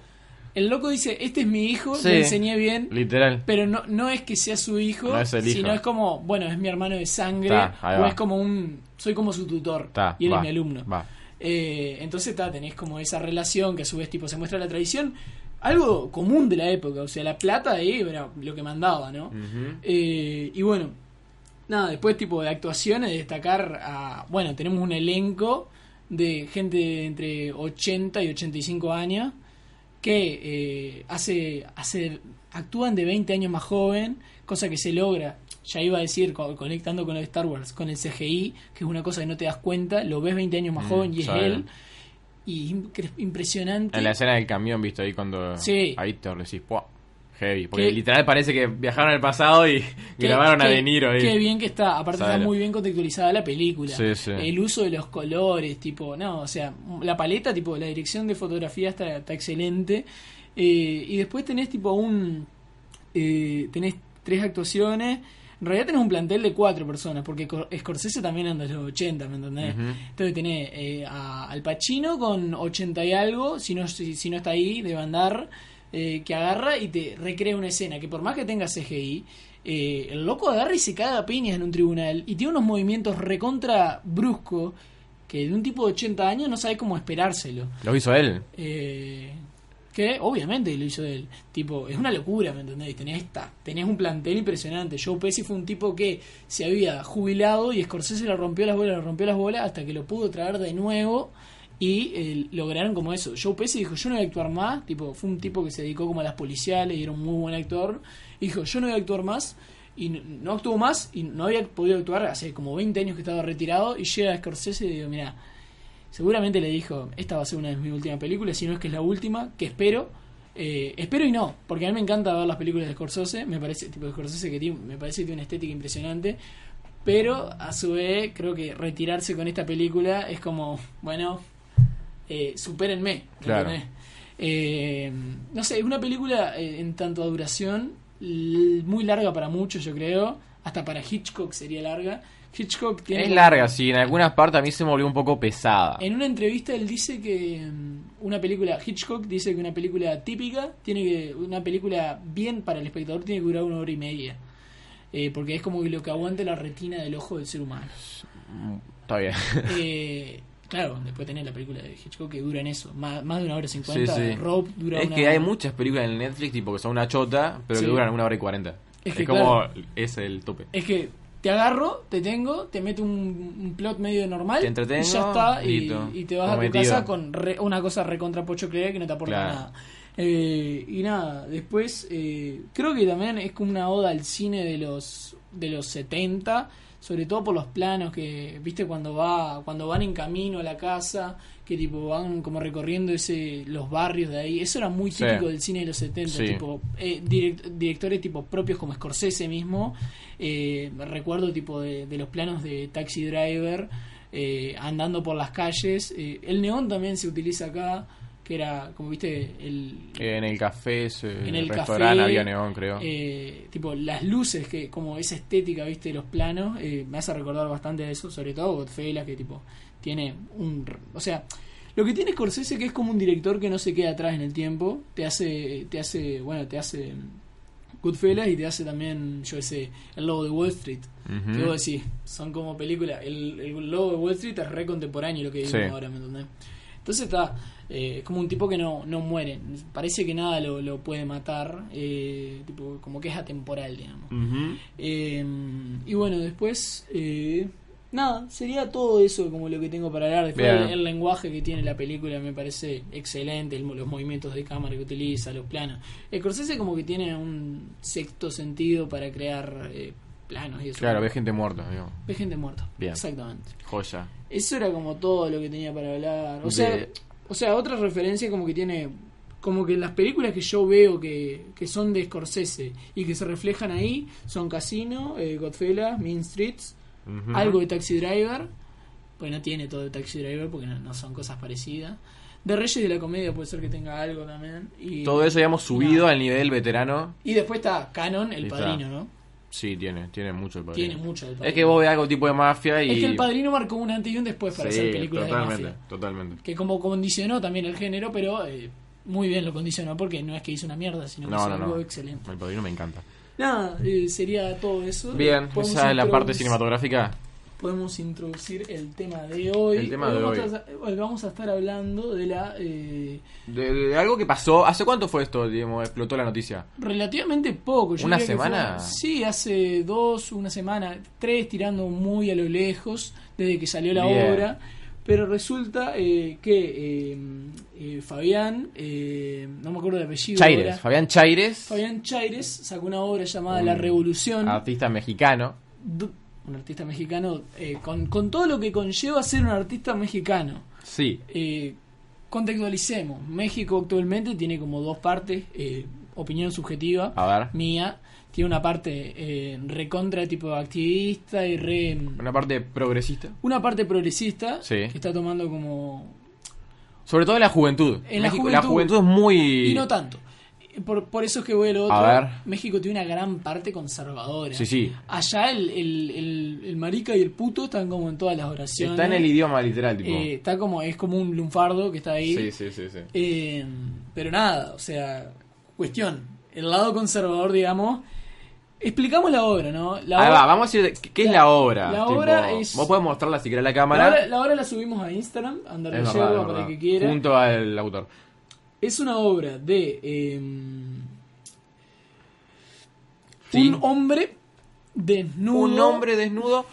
el loco dice este es mi hijo Sí. le enseñé bien Literal. pero no, no es que sea su hijo, No es el hijo. sino es como bueno es mi hermano de sangre Ta, ahí o va. es como un soy como su tutor Ta, y él va, es mi alumno Va. Eh, entonces ta, tenés como esa relación que a su vez tipo se muestra la tradición algo común de la época o sea la plata ahí era lo que mandaba no Eh, y bueno, nada, después tipo de actuaciones, destacar a... Bueno, tenemos un elenco de gente de entre 80 y 85 años que eh, hace, hace actúan de 20 años más joven, cosa que se logra, ya iba a decir, co- conectando con lo de Star Wars, con el CGI, que es una cosa que no te das cuenta, lo ves 20 años más Mm, joven y es sí. él. Y impre- impresionante. En la escena del camión, visto ahí cuando. Sí. Ahí te decís, ¡buah! Heavy. Porque ¿Qué? literal parece que viajaron al pasado y Qué- grabaron a qué- De Niro ahí. Qué bien que está. Aparte está Sale. muy bien contextualizada la película. Sí, sí. El uso de los colores, tipo, no, o sea, la paleta, tipo, la dirección de fotografía está, está excelente. Eh, y después tenés tipo un... eh, tenés tres actuaciones. En realidad tenés un plantel de cuatro personas, porque Cor- Scorsese también anda en los 80, ¿me entendés? Ujú. Entonces tenés eh, a- al Pacino con 80 y algo, si no, si, si no está ahí, de andar, eh, que agarra y te recrea una escena, que por más que tenga CGI, eh, el loco agarra y se caga a piñas en un tribunal y tiene unos movimientos recontra bruscos que de un tipo de 80 años no sabe cómo esperárselo. Lo hizo él. Eh, que obviamente lo hizo él. Tipo, es una locura, ¿me entendéis? Tenés, esta, tenés un plantel impresionante. Joe Pesci fue un tipo que se había jubilado y Scorsese le rompió las bolas, le rompió las bolas hasta que lo pudo traer de nuevo. Y eh, lograron como eso. Joe Pesci dijo, yo no voy a actuar más. Tipo, fue un tipo que se dedicó como a las policiales y era un muy buen actor. Y dijo, yo no voy a actuar más. Y no, no actuó más y no había podido actuar hace como 20 años que estaba retirado. Y llega Scorsese y digo, mira, Seguramente le dijo, esta va a ser una de mis últimas películas, si no es que es la última, que espero. Eh, espero y no, porque a mí me encanta ver las películas de Scorsese, me parece, tipo de Scorsese que tiene, me parece que tiene una estética impresionante, pero a su vez creo que retirarse con esta película es como, bueno, eh, supérenme. ¿me Claro. entendés? Eh, no sé, es una película eh, en tanto a duración, l- muy larga para muchos, yo creo, hasta para Hitchcock sería larga. Hitchcock tiene Es como- larga, sí. En algunas partes a mí se me volvió un poco pesada. en una entrevista él dice que mm, una película, Hitchcock dice que una película típica, tiene que, una película bien para el espectador tiene que durar una hora y media. Eh, porque es como que lo que aguante la retina del ojo del ser humano. Está bien. Eh, Claro, después tenés la película de Hitchcock que dura en eso, más, más de una hora cincuenta. Sí, sí. Rope dura es una que hay muchas películas en Netflix tipo que son una chota, pero Sí. que duran una hora y cuarenta. Es Es, que como es el tope. Es que te agarro, te tengo, te meto un, un plot medio normal Te entretengo, y ya está. Y, listo, y te vas cometido. a tu casa con re- una cosa recontra pocho que no te aporta Claro. nada. Eh, y nada, después eh, creo que también es como una oda al cine de los de los 70, sobre todo por los planos que viste cuando va cuando van en camino a la casa, que tipo van como recorriendo ese los barrios de ahí. Eso era muy Sí. típico del cine de los 70, Sí. tipo eh, direct- directores tipo propios como Scorsese mismo eh, recuerdo tipo de, de los planos de Taxi Driver eh, andando por las calles eh, el neón también se utiliza acá que era como viste el En el café, ese, En el restaurante café, había neón, creo. eh, tipo las luces que como esa estética viste de los planos eh, me hace recordar bastante a eso sobre todo Godfellas que tipo tiene un r- o sea lo que tiene Scorsese que es como un director que no se queda atrás en el tiempo te hace te hace bueno te hace mm, Goodfellas y te hace también yo qué sé el lobo de Wall Street Ujú. que vos decís, son como películas. El, el logo de Wall Street es re contemporáneo lo que vivimos Sí. ahora, ¿me entendés? Entonces está, eh, es como un tipo que no, no muere. Parece que nada lo, lo puede matar. eh, tipo, como que es atemporal, digamos. Ujú. Eh, y bueno, después. eh, nada, sería todo eso como lo que tengo para hablar. Después Bien. el, el lenguaje que tiene la película me parece excelente. el mo- los movimientos de cámara que utiliza, los planos. Scorsese como que tiene un sexto sentido para crear. eh, planos y eso. Claro, ve gente muerta, digamos. Ve gente muerta. Bien. Exactamente. Joya. Eso era como todo lo que tenía para hablar. O sea, De- o sea, otra referencia como que tiene. Como que las películas que yo veo que, que son de Scorsese y que se reflejan ahí son Casino, eh, Godfellas, Mean Streets, Ujú. algo de Taxi Driver. Pues no tiene todo de Taxi Driver porque no, no son cosas parecidas. De Reyes de la Comedia puede ser que tenga algo también. Y, Todo eso, digamos, subido Nada. al nivel veterano. y después está Canon, el Y está. padrino, ¿no? Sí, tiene, tiene mucho el padrino. Tiene mucho del padrino. Es que vos ves algo tipo de mafia y. Es que el padrino marcó un antes y un después para hacer Sí, películas de totalmente, mafia. totalmente. que como condicionó también el género, pero eh, muy bien lo condicionó porque no es que hizo una mierda, sino que No, hizo no, algo no. excelente. El padrino me encanta. Nada, eh, sería todo eso. Bien, Podemos esa es la parte introduc- cinematográfica. Podemos introducir el tema de hoy. El tema de vamos hoy. a- hoy vamos a estar hablando de la eh, De, de algo que pasó. ¿Hace cuánto fue esto? Digamos, explotó la noticia. relativamente poco. ¿Una diría que semana? fue- sí, hace dos, una semana, tres tirando muy a lo lejos desde que salió la Bien. obra. Pero resulta eh, que eh, eh, Fabián, eh, no me acuerdo el apellido. Chaires, ahora. Fabián Chaires, Fabián Chaires sacó una obra llamada Un La Revolución, artista mexicano. du- un artista mexicano, eh, con, con todo lo que conlleva ser un artista mexicano. Sí, Eh, contextualicemos, México actualmente tiene como dos partes, eh, opinión subjetiva a ver. mía, tiene una parte eh, recontra tipo activista y re... Una parte progresista. Una parte progresista Sí. que está tomando como Sobre todo en la juventud. En la la juventud. juventud es muy. Y no tanto. Por, por eso es que voy a lo otro. A ver. México tiene una gran parte conservadora. Sí, sí. Allá el, el, el, el marica y el puto están como en todas las oraciones. Está en el idioma literal, tipo. Eh, está como, es como un lunfardo que está ahí. sí, sí, sí, sí. Eh, pero nada, o sea, cuestión. El lado conservador, digamos. Explicamos la obra, ¿no? La Ahí obra- va, vamos a decir, ¿qué, qué es la- la obra? la Tipo, obra es- Vos podés mostrarla si querés a la la, cámara. obra, la obra la subimos a Instagram, andar Es de verdad, yerba es para el verdad. que quiera. Junto al autor. Es una obra de em, Sí. un hombre desnudo. Un hombre desnudo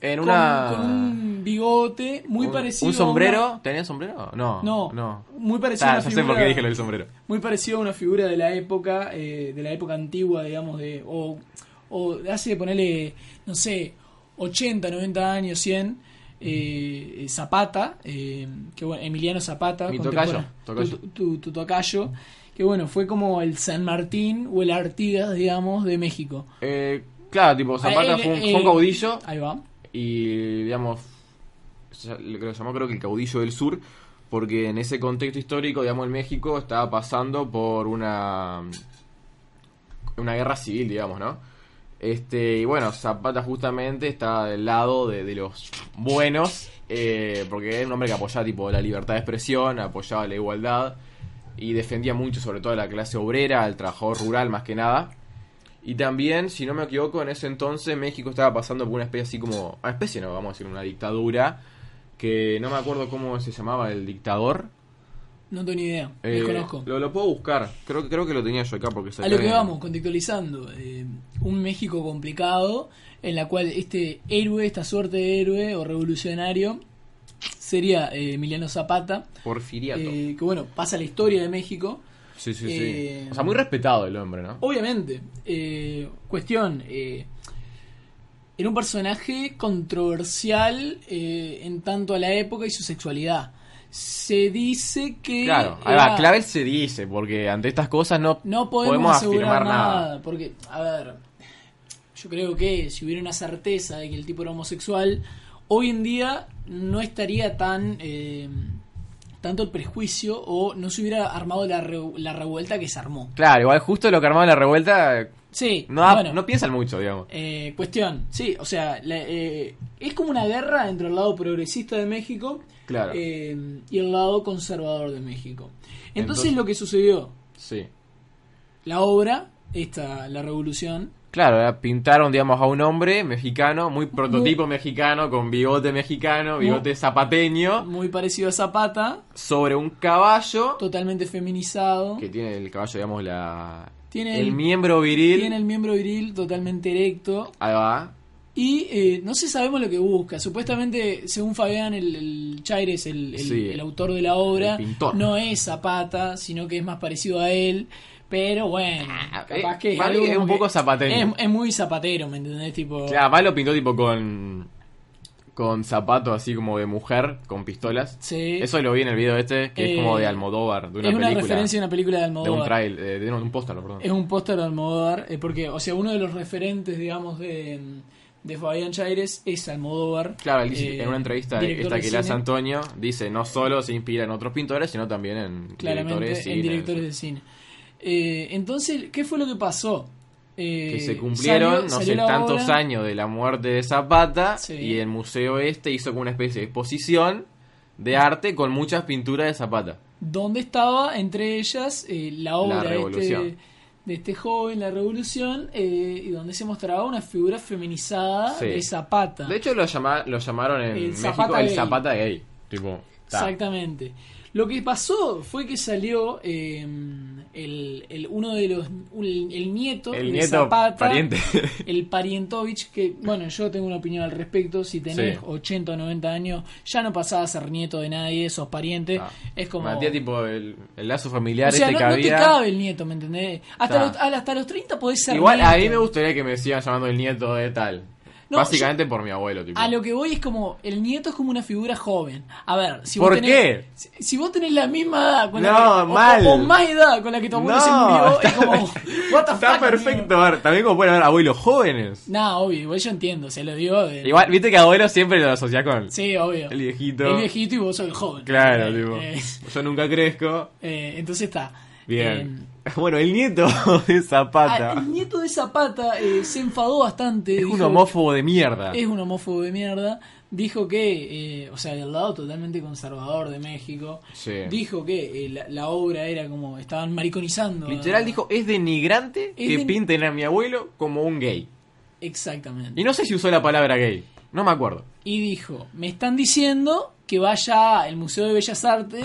en con, una. con un bigote muy un- parecido. ¿Un a sombrero? ¿Tenías sombrero? No. una- no, No. Muy parecido Ah, a ya una sé por figura- qué dije lo del sombrero. Muy parecido a una figura de la época, eh, de la época antigua, digamos, de o, o de hace ponerle, no sé, 80, 90 años, 100. eh, eh, Zapata, eh, que bueno, Emiliano Zapata, Mi contemporáneo- tocayo, tocayo. Tu, tu- tu tocayo, que bueno, fue como el San Martín o el Artigas, digamos, de México. Eh, claro, tipo, Zapata Ah, él, fue, un, eh, fue un caudillo Ahí va. y, digamos, ya- lo que lo llamó creo que el caudillo del sur, porque en ese contexto histórico, digamos, el México estaba pasando por una, mm, una guerra civil, digamos, ¿no? Este, y bueno, Zapata justamente está del lado de, de los buenos, eh, porque era un hombre que apoyaba tipo la libertad de expresión, apoyaba la igualdad y defendía mucho sobre todo a la clase obrera, al trabajador rural más que nada. Y también, si no me equivoco, en ese entonces México estaba pasando por una especie así como... Una especie, no, vamos a decir, una dictadura que no me acuerdo cómo se llamaba el dictador. No tengo ni idea, Eh, desconozco. Lo, lo puedo buscar, creo, creo que lo tenía yo acá porque se A lo que vamos, contextualizando. eh, un México complicado en la cual este héroe, esta suerte de héroe o revolucionario sería eh, Emiliano Zapata, Porfiriato. eh, que bueno, pasa la historia de México. sí, sí, sí. eh, Oh, o sea, muy respetado el hombre, ¿no? Obviamente, eh, cuestión, eh, era un personaje controversial eh, en tanto a la época y su sexualidad. Se dice que... Claro, ahora, era- clave se dice, porque ante estas cosas no, eh, ah. No podemos, asegurar nada, Porque, a ver, yo creo que si hubiera una certeza de que el tipo era homosexual, hoy en día no estaría tan. eh, tanto el prejuicio o no se hubiera armado la, reu- la revuelta que se armó. Claro, igual justo lo que armaba la revuelta, eh, Sí, no, da- bueno. no piensan mucho, digamos. Eh, cuestión, sí, o sea, la- eh, es como una guerra entre el lado progresista de México Claro. eh, y el lado conservador de México. Entonces Entonces- lo que sucedió, Sí. la obra, esta, la revolución, Claro, eh, pintaron, digamos, a un hombre mexicano, muy prototipo mexicano, con bigote mexicano, Muy- bigote zapateño, muy parecido a Zapata, sobre un caballo, totalmente feminizado, que tiene el caballo, digamos, la... Tiene el el- miembro viril. tiene el miembro viril totalmente erecto Ahí va. y eh, no se sabemos lo que busca. Supuestamente, según Fabián, el, el Chaires, el, el- Sí. el autor de la obra, El pintor. no es Zapata, sino que es más parecido a él. Pero bueno, capaz eh, que es, para mí algo es como un poco que- zapateño. Es, es muy zapatero, ¿me entendés? Tipo, Claro, además lo pintó tipo con... Con zapatos así como de mujer, con pistolas. sí. Eso lo vi en el video este, que Eh, es como de Almodóvar, de una es una película. referencia a una película de de Almodóvar. un trail, eh, de, no, de un póster, perdón. Es un póster de Almodóvar, eh, porque, o sea, uno de los referentes, digamos, de, de Fabián Chaires es Almodóvar. Claro, él dice- eh, en una entrevista director esta de que le hace cine, Antonio, dice no solo se inspira en otros pintores, sino también en Claramente, directores en directores de cine. Eh, entonces, ¿qué fue lo que pasó? Eh, Que se cumplieron, salió- no salió sé, la tantos obra. años de la muerte de Zapata Sí. y el museo este hizo como una especie de exposición de arte con muchas pinturas de Zapata. donde estaba entre ellas eh, la obra de este, Revolución. de este joven, La Revolución, eh, y donde se mostraba una figura feminizada Sí. de Zapata. De hecho lo, llama- lo llamaron en El México Zapata el gay. Zapata gay. Tipo, ta. Exactamente. Lo que pasó fue que salió eh, el, el- uno de los un- el nieto El de nieto Zapata, pariente. el parientovich que bueno yo tengo una opinión al respecto si tenés Sí. 80 o 90 años ya no pasás a ser nieto de nadie sos pariente Ta. es como Matía, tipo el, el lazo o familiar sea, este no, que no te había. cabe el nieto, ¿me entendés? Hasta, Ta. los, al- hasta los 30 podés ser Igual a mí nieto. me gustaría que me sigan llamando el nieto de tal. No, Básicamente por mi abuelo, tipo. A lo que voy es como, el nieto es como una figura joven. A ver, si ¿Por vos tenés, qué? Si, si vos tenés la misma edad con la No, que, o- mal. O, más edad con la que tu abuelo No, se murió, es está- como, what the Está fuck, perfecto. a ver, también como pueden haber abuelos jóvenes. No, obvio, igual yo entiendo, se lo digo. de- Igual, viste que abuelo siempre lo asociás con Sí, obvio. el viejito. El viejito y vos sos el joven. Claro, Eh, tipo. eh, Yo nunca crezco. eh, entonces está. Bien. bueno, el nieto de Eh, Zapata ah, el nieto de Zapata eh, se enfadó bastante. es un dijo- homófobo de mierda. es un homófobo de mierda, dijo que, eh, o sea, del lado totalmente conservador de México, Sí. dijo que eh, la, la obra era como, estaban mariconizando. Literal dijo, es denigrante que den- pinten a mi abuelo como un gay. Y Exactamente. no sé si usó la palabra gay. No me acuerdo. Y dijo, me están diciendo que vaya al Museo de Bellas Artes,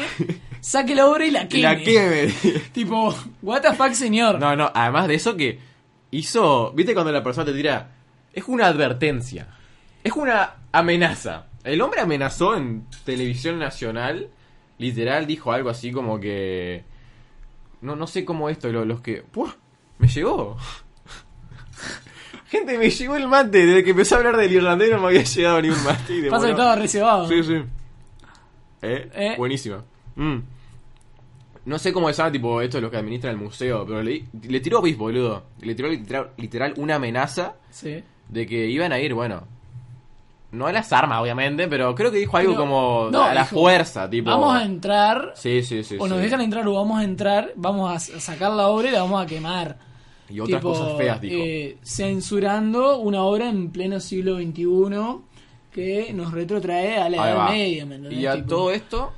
saque la obra y la queme. La que me... Tipo, what the fuck, señor. No, no, además de eso que hizo. ¿Viste cuando la persona te tira? Es una advertencia. Es una amenaza. El hombre amenazó en televisión nacional. Literal dijo algo así como que. No, no sé cómo esto, lo- los que. ¡Puah! Me llegó. Gente, me llegó el mate. Desde que empezó a hablar del irlandés no me había llegado ni un mate. y de Pasa que bueno- estaba reservado. Sí, sí. Eh, Eh. Buenísima. Mm. No sé cómo se llama, tipo, esto es lo que administra el museo, pero le, le tiró bis, boludo. Le tiró literal, literal una amenaza Sí. de que iban a ir, bueno. No a las armas, obviamente, pero creo que dijo algo Pero- como no, a la dijo, fuerza, tipo. Vamos a entrar, Sí, sí, sí. o nos sí. dejan entrar o vamos a entrar, vamos a s- sacar la obra y la vamos a quemar. Y otras Tipo, cosas feas, dijo. eh, censurando una obra en pleno siglo XXI que nos retrotrae a la Ahí Edad va. Media, ¿me entendés? Y a Tipo, eh. todo esto,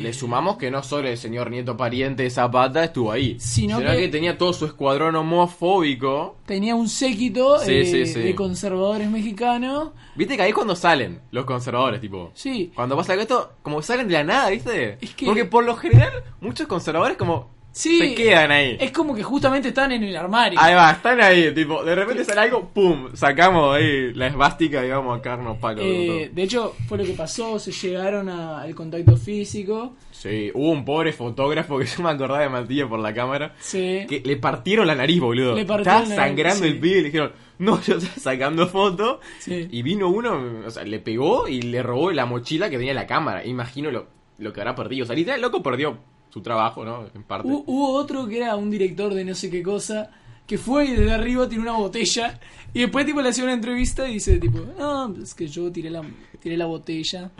Le sumamos que no solo el señor nieto pariente de Zapata estuvo ahí, Sino sino que... que- tenía todo su escuadrón homofóbico. Tenía un séquito Sí, eh, sí, sí. de conservadores mexicanos. Viste que ahí es cuando salen los conservadores, tipo. Sí. Cuando pasa que esto, como que salen de la nada, ¿viste? Es que- Porque por lo general, muchos conservadores como Sí. se quedan ahí. Es como que justamente están en el armario. Ahí va, están ahí, tipo, de repente sale algo, pum, sacamos ahí la esvástica y vamos a carnos palos. Eh, todo. de hecho, fue lo que pasó, se llegaron a- al contacto físico. Sí, hubo un pobre fotógrafo que yo me acordaba de Matías por la cámara. Se... Que le partieron la nariz, boludo. Le partieron estaba la nariz, sangrando sí. el pibe y le dijeron, no, yo estaba sacando foto. Sí. Y vino uno, o sea, le pegó y le robó la mochila que tenía la cámara. Imagino lo, lo que habrá perdido. O sea, literal, el loco perdió su trabajo, ¿no? En parte. Hu- hubo otro que era un director de no sé qué cosa, que fue y desde arriba tiró una botella. Y después tipo le hacía una entrevista y dice tipo, no, es que yo tiré la, tiré la botella.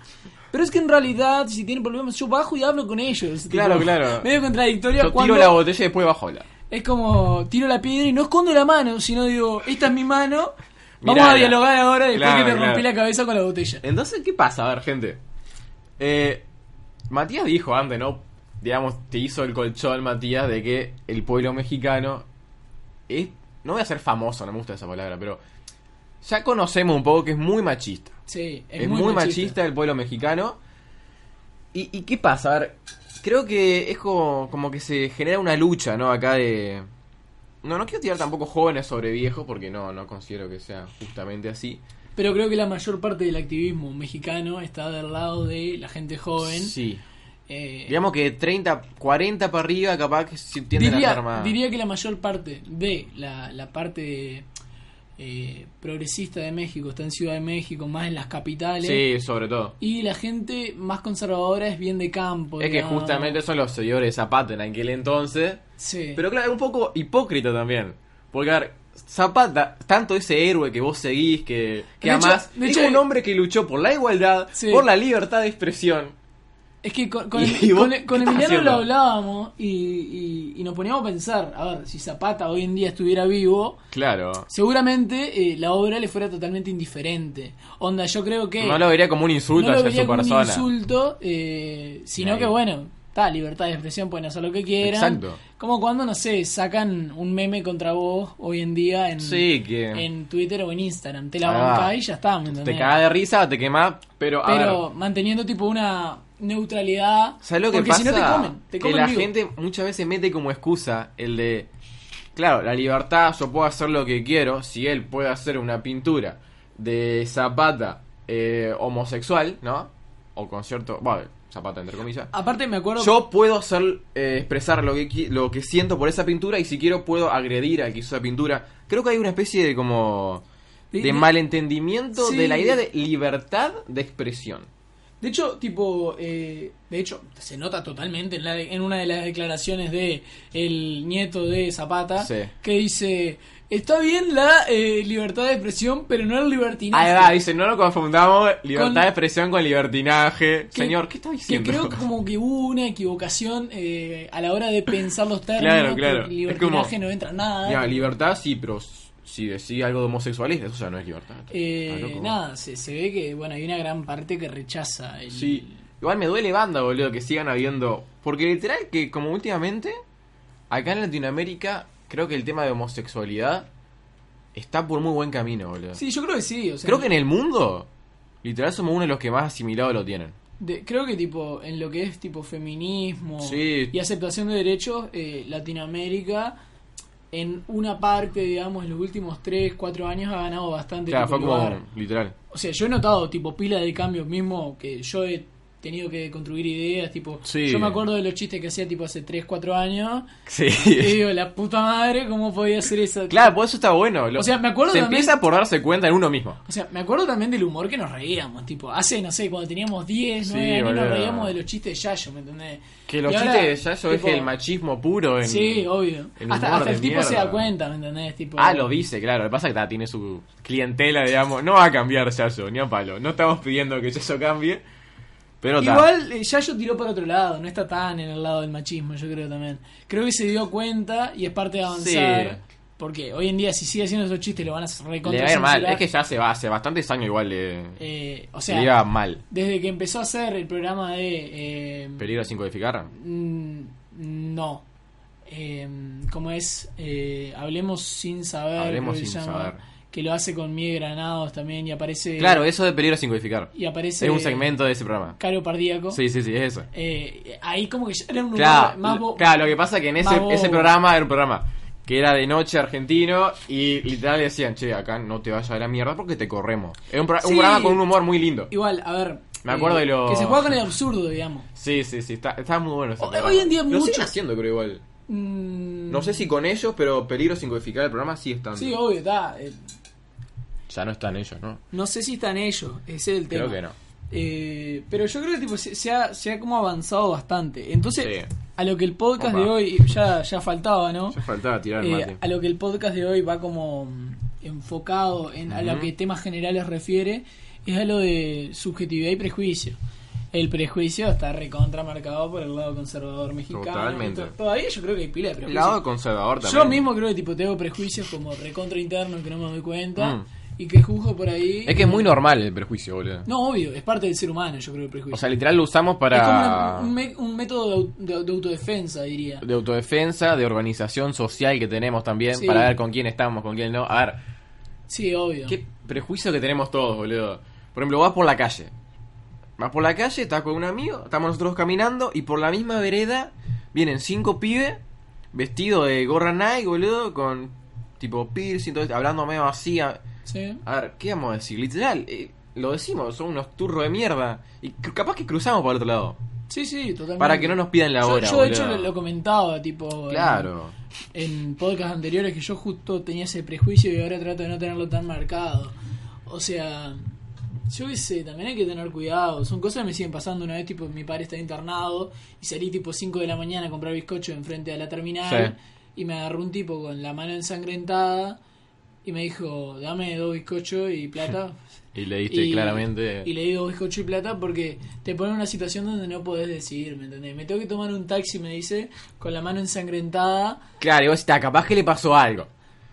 Pero es que en realidad, si tienen problemas, yo bajo y hablo con ellos. Tipo, Claro, claro. Medio contradictorio yo cuando tiro la botella y después bajo la. es como tiro la piedra y no escondo la mano, sino digo, esta es mi mano, vamos Mirala. a dialogar ahora después Claro, que te rompí claro. la cabeza con la botella. Entonces, ¿qué pasa? A ver, gente. Eh, Matías dijo antes, ¿no? Digamos, te hizo el colchón, Matías, de que el pueblo mexicano es... No voy a ser famoso, no me gusta esa palabra, pero... Ya conocemos un poco que es muy machista. Sí, es, Es, muy, machista. el pueblo mexicano. ¿Y, y qué pasa? A ver, creo que es como, como que se genera una lucha, ¿no? Acá de... No, no quiero tirar tampoco jóvenes sobre viejos porque no, no considero que sea justamente así. Pero creo que la mayor parte del activismo mexicano está del lado de la gente joven. Sí. Eh, Digamos que 30, 40 para arriba capaz que se tienden a andar diría, más. diría que la mayor parte de la, la parte eh, progresista de México está en Ciudad de México, más en las capitales. Sí, sobre todo. Y la gente más conservadora es bien de campo. Es que digamos. justamente son los seguidores de Zapata en aquel entonces. Sí. Pero claro, era un poco hipócrita también. Porque, a ver, Zapata, tanto ese héroe que vos seguís, que, que De hecho- amás, de es hecho- un hombre que luchó por la igualdad, Sí. por la libertad de expresión. Es que con, con, ¿Y el- vos con el- qué con estás Emiliano haciendo? lo hablábamos y, y- y nos poníamos a pensar, a ver, si Zapata hoy en día estuviera vivo, Claro. seguramente eh, la obra le fuera totalmente indiferente. Onda, yo creo que... No lo vería como un insulto no lo hacia vería su como persona. un insulto, eh, sino Ahí. que bueno, está, libertad de expresión, pueden hacer lo que quieran. Exacto. Como cuando, no sé, sacan un meme contra vos hoy en día en, Sí, que en Twitter o en Instagram, te la Ah, bancás y ya está, ¿me entendés? te cagás de risa, te quemás, pero, a ver, Pero manteniendo tipo una neutralidad. ¿Sabes lo que porque pasa? si no te comen, te comen que la vivo. gente muchas veces mete como excusa el de, claro, la libertad, yo puedo hacer lo que quiero, si él puede hacer una pintura de Zapata eh, homosexual, ¿no? O con cierto, bueno, Zapata entre comillas. Aparte me acuerdo Yo puedo hacer eh, expresar lo que qui- lo que siento por esa pintura y si quiero puedo agredir al que hizo esa pintura. Creo que hay una especie de como De- de, de- malentendimiento Sí. de la idea de libertad de expresión. De hecho, tipo, eh, de hecho, se nota totalmente en, la de- en una de las declaraciones de el nieto de Zapata, Sí. que dice, está bien la eh, libertad de expresión, pero no el libertinaje. Ahí va, dice, no lo confundamos libertad Con- de expresión con libertinaje. Que- Señor, ¿qué está Que diciendo? creo que como que hubo una equivocación eh, a la hora de pensar los términos, Claro, claro. porque Es libertinaje como- no entra nada. Mira, libertad sí, pero s- si decís algo de homosexualista, eso ya no es libertad. Eh, Estás ah, loco. nada, se, se ve que, bueno, hay una gran parte que rechaza el... Sí. Igual me duele banda, boludo, que sigan habiendo. Porque literal que como últimamente, acá en Latinoamérica, creo que el tema de homosexualidad está por muy buen camino, boludo. Sí, yo creo que sí, o sea, creo que en el mundo, literal somos uno de los que más asimilado lo tienen. De- creo que tipo en lo que es tipo feminismo Sí. y aceptación de derechos, eh, Latinoamérica en una parte, digamos, en los últimos 3, 4 años ha ganado bastante. Claro, tipo, fue como lugar. literal. O sea, yo he notado tipo pila de cambios mismo que yo he tenido que construir ideas, tipo, Sí. yo me acuerdo de los chistes que hacía tipo hace 3, 4 años y Sí. digo, la puta madre, ¿cómo podía hacer esa? claro, por eso está bueno. lo- O sea, me acuerdo Se también- empieza por darse cuenta en uno mismo. O sea, me acuerdo también del humor que nos reíamos, tipo, hace, no sé, cuando teníamos 10, Sí, 9 años nos boludo. reíamos de los chistes de Yayo, ¿me entendés? Que los Y ahora, chistes de Yayo es tipo, el machismo puro en... Sí, obvio. el Hasta, humor hasta de el tipo se da mierda. cuenta, ¿me entendés? Tipo, Ah, lo dice, claro. Lo que pasa es que ta, tiene su clientela, digamos. No va a cambiar Yayo, ni a palo. No estamos pidiendo que Yayo cambie. Pero ta. Igual eh, Yayo tiró para otro lado, no está tan en el lado del machismo, yo creo también. Creo que se dio cuenta y es parte de Sí. avanzar. Porque hoy en día, si sigue haciendo esos chistes, lo van a Le recontra va a ir mal. censurar. Es que ya hace, hace bastantes años igual le, Eh, le o iba sea, mal. desde que empezó a hacer el programa de. eh, Peligro sin codificar. mm, no. Eh, ¿Cómo es? Eh, hablemos sin saber. Hablemos creo que sin se llama, saber. Que lo hace con Miguel Granados también y aparece. Claro, eso de peligro sin codificar. Y aparece. Es un segmento de ese programa. Caro Pardíaco. Sí, sí, sí, es eso. Eh, ahí como que ya era un humor Claro, más bo- claro, lo que pasa es que en más ese, bobo. ese programa era un programa que era de noche argentino y literal decían, che, acá no te vayas a la mierda porque te corremos. Era un, pro- un Sí. programa con un humor muy lindo. Igual, a ver. eh, Me acuerdo de los- Que se juega con el absurdo, digamos. Sí, sí, sí, está, está muy bueno. ese Hoy- programa. hoy en día Lo muchos- siguen haciendo, creo igual. Mm, No sé si con ellos, pero Peligro sin codificar el programa sí están. Sí, obvio, está. eh, ya no están ellos, ¿no? no sé si están ellos, ese es el tema. Creo que no. Eh, pero yo creo que tipo, se, se ha, se ha como avanzado bastante. Entonces, Sí. a lo que el podcast Opa. de hoy ya, ya faltaba, ¿no? Ya faltaba tirar el Eh, mate. a lo que el podcast de hoy va como mm, enfocado en a lo Ujú. que temas generales refiere, es a lo de subjetividad y prejuicio. El prejuicio está recontramarcado por el lado conservador mexicano. Totalmente. Entonces, todavía yo creo que hay pila de El prejuicios. lado conservador también. Yo mismo creo que tipo tengo prejuicios como recontra interno que no me doy cuenta Mm. y que juzgo por ahí. Es que es muy normal el prejuicio, boludo. No, obvio, es parte del ser humano, yo creo el prejuicio. O sea, literal lo usamos es como una- para. un, me- un método de, au- de- de autodefensa, diría. de autodefensa, de organización social que tenemos también, Sí. para ver con quién estamos, con quién no. A ver, Sí, obvio. qué prejuicio que tenemos todos, boludo. Por ejemplo, vas por la calle. Vas por la calle, estás con un amigo, estamos nosotros caminando y por la misma vereda vienen cinco pibes vestidos de gorra Nike, boludo, con tipo piercing, todo esto, hablando medio así. A, Sí. a ver, ¿qué vamos a decir? Literal, eh, lo decimos, son unos turros de mierda. Y cr- capaz que cruzamos para el otro lado, Sí, sí, totalmente. para que no nos pidan la Yo- hora, Yo, de hecho, boludo. lo, lo ¿eh? comentaba, tipo. en- Claro. En, podcasts anteriores que yo justo tenía ese prejuicio y ahora trato de no tenerlo tan marcado. O sea. Yo qué sé, también hay que tener cuidado. Son cosas que me siguen pasando. Una vez, tipo, mi padre está internado y salí, tipo, 5 de la mañana a comprar bizcocho enfrente de la terminal. Y me agarró un tipo con la mano ensangrentada y me dijo, dame dos bizcochos y plata. Y leíste claramente. Y le digo bizcocho y plata porque te pone en una situación donde no podés decidir, ¿me entendés? Me tengo que tomar un taxi, me dice, con la mano ensangrentada. Claro, y vos está, capaz que le pasó algo.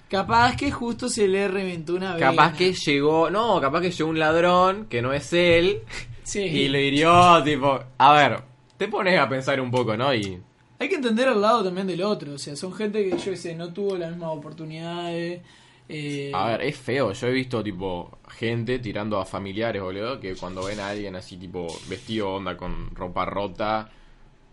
Capaz que justo se le reventó una vez. Capaz que llegó. No, capaz que llegó un ladrón que no es él. Sí. Y le hirió, tipo. A ver, te pones a pensar un poco, ¿no? Y. Hay que entender el lado también del otro. O sea, son gente que, yo qué sé, no tuvo las mismas oportunidades. eh, A ver, es feo. Yo he visto, tipo, gente tirando a familiares, boludo, que cuando ven a alguien así, tipo, vestido onda con ropa rota,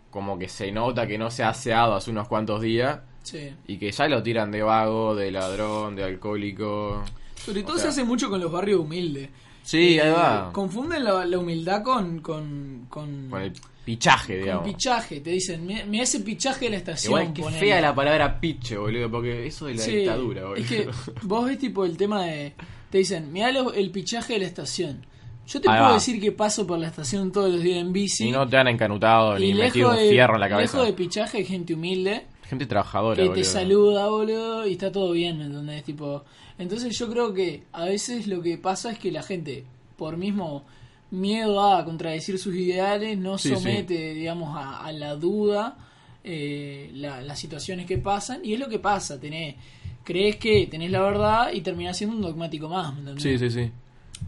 como que se nota que no se ha aseado hace unos cuantos días. sí. Y que ya lo tiran de vago, de ladrón, de alcohólico. Sobre todo O sea- se hace mucho con los barrios humildes. Sí, Eh, ahí va. Con, Confunden la, la humildad con. con, con el pichaje, con digamos. pichaje, te dicen, mira ese pichaje de la estación. Igual que ponele". fea la palabra piche, boludo, porque eso de la Sí, dictadura, boludo. Es que vos ves tipo el tema de. Te dicen, mirá lo- el pichaje de la estación. Yo te Ahí puedo va. decir que paso por la estación todos los días en bici. Y no te han encanutado y ni metido un fierro en la cabeza. lejos de pichaje hay gente humilde Gente trabajadora, que boludo. te saluda, boludo, y está todo bien, ¿me entendés? Tipo, entonces yo creo que a veces lo que pasa es que la gente, por mismo miedo a contradecir sus ideales, no Sí, sí. somete, digamos, a, a la duda eh, la- las situaciones que pasan, y es lo que pasa, tenés, crees que tenés la verdad y terminás siendo un dogmático más, ¿me entendés? Sí, sí, sí.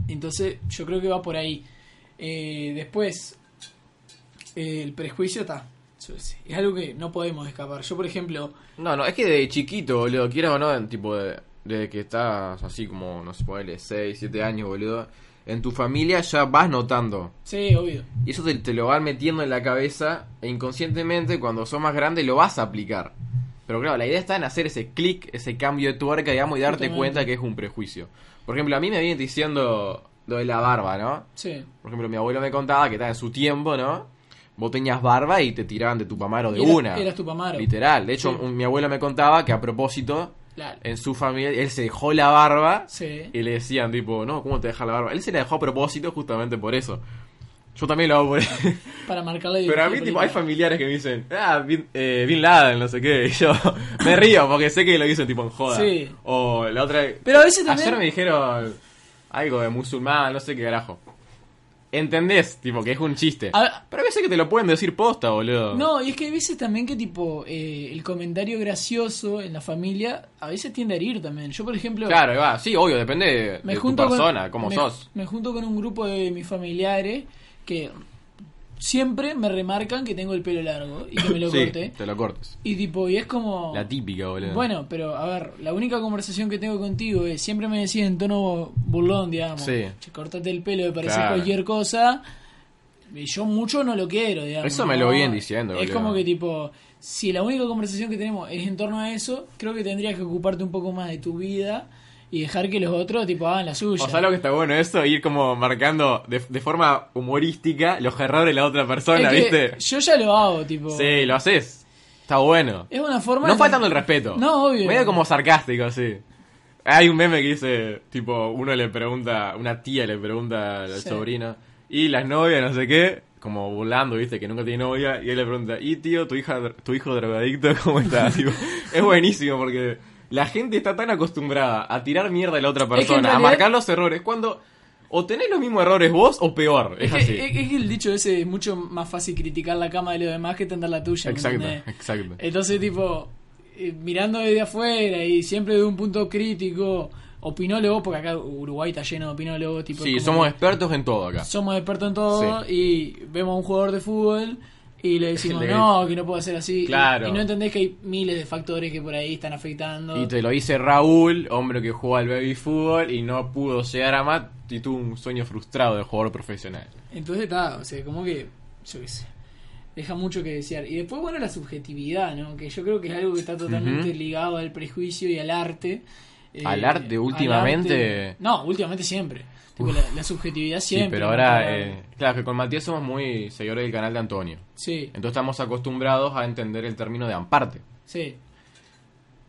Entonces, yo creo que va por ahí. Eh, después, eh, el prejuicio está. Es algo que no podemos escapar. Yo, por ejemplo, No, no, es que de chiquito, boludo, quieras o no, en tipo de, desde que estás así como, no sé, ponele 6, 7 años, boludo, en tu familia ya vas notando. sí, obvio. Y eso te, te lo van metiendo en la cabeza e inconscientemente cuando sos más grande lo vas a aplicar. Pero claro, la idea está en hacer ese clic, ese cambio de tuerca, digamos, y darte Justamente. cuenta que es un prejuicio. Por ejemplo, a mí me vienen diciendo lo de la barba, ¿no? Sí. Por ejemplo, mi abuelo me contaba que estaba en su tiempo, ¿no? Vos tenías barba y te tiraban de tu pamaro de Eras- una. eras tupamaro. Literal. De hecho, Sí. un- mi abuelo me contaba que a propósito, La- en su familia, él se dejó la barba Eh, sí. y le decían, tipo, no, ¿cómo te dejas la barba? Él se la dejó a propósito justamente por eso. Yo también lo hago por eso. Para marcar la Pero a mí, diferencia tipo, hay política. familiares que me dicen, ah, Bin, eh, Bin Laden, no sé qué. Y yo me río porque sé que lo dicen, tipo, en joda. Sí. O la otra. Pero a veces también- Ayer me dijeron algo de musulmán, no sé qué carajo. entendés, tipo, que es un chiste. A- Pero a veces que te lo pueden decir posta, boludo. No, y es que hay veces también que tipo eh, el comentario gracioso en la familia a veces tiende a herir también. Yo por ejemplo Claro, ahí va, sí, obvio, depende de, me de tu junto con- persona, cómo me- sos. Me junto con un grupo de mis familiares que siempre me remarcan que tengo el pelo largo y que me lo Sí, corté. te lo cortes. Y tipo, y es como... La típica, boludo. Bueno, pero a ver, la única conversación que tengo contigo es, siempre me decís en tono burlón, digamos, Sí. che, cortate el pelo, me parece Claro. cualquier cosa. Y yo mucho no lo quiero, digamos. Eso me lo ¿no? vienen diciendo, Es boludo. como que tipo, si la única conversación que tenemos es en torno a eso, creo que tendrías que ocuparte un poco más de tu vida y dejar que los otros tipo hagan la suya. O sea, lo que está bueno eso, ir como marcando de, de forma humorística los errores de la otra persona, Es que ¿viste? Yo ya lo hago, tipo. Sí, lo haces. Está bueno. Es una forma... No de- faltando el respeto. No, obvio. Medio como sarcástico, así. Hay un meme que dice, tipo, uno le pregunta, una tía le pregunta al Sí. sobrino, y las novias, no sé qué, como burlando, viste, que nunca tiene novia, y él le pregunta, y tío, tu hija, tu hijo drogadicto, ¿cómo está? Tipo, es buenísimo porque la gente está tan acostumbrada a tirar mierda a la otra que en persona, a realidad- marcar los errores, cuando o tenés los mismos errores vos o peor, es, Es que, así. es- es que el dicho ese es mucho más fácil criticar la cama de los demás que tender la tuya. ¿me exacto, entendés? exacto. Entonces, tipo, eh, mirando desde afuera y siempre de un punto crítico, opinólogos, porque acá Uruguay está lleno de opinólogos. Tipo, Sí, como somos que expertos en todo acá. somos expertos en todo y vemos a un jugador de fútbol y le decimos, Le- no, que no puedo hacer así. y- Claro. Y, no entendés que hay miles de factores que por ahí están afectando. Y te lo dice Raúl, hombre que jugó al baby fútbol y no pudo llegar a más y tuvo un sueño frustrado de jugador profesional. Entonces, está, o sea, como que, yo qué sé, deja mucho que desear. Y después, bueno, la subjetividad, ¿no? Que yo creo que es algo que está totalmente Ujú. ligado al prejuicio y al arte. Eh, Al arte, últimamente. arte. No, últimamente siempre. Tipo, la, la subjetividad siempre. sí, pero ¿no? ahora, Claro. eh, claro, que con Matías somos muy seguidores del canal de Antonio. Sí, Entonces estamos acostumbrados a entender el término de amparte. sí,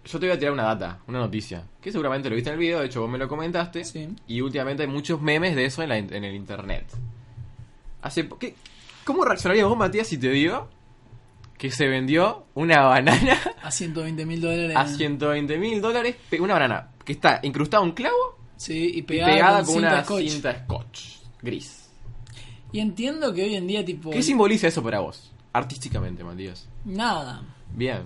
Yo te voy a tirar una data, una noticia, que seguramente lo viste en el video, de hecho vos me lo comentaste. Sí. Y últimamente hay muchos memes de eso en, la in- en el internet. Hace po- ¿qué- ¿Cómo reaccionarías vos, Matías, si te digo que se vendió una banana a 120 mil dólares. a 120 mil dólares pe- una banana que está incrustada a un clavo Sí, y y pegada, pegada, con, con, cinta una scotch. cinta scotch gris. Y entiendo que hoy en día, tipo, ¿Qué simboliza eso para vos? Artísticamente, Matías. nada, Bien,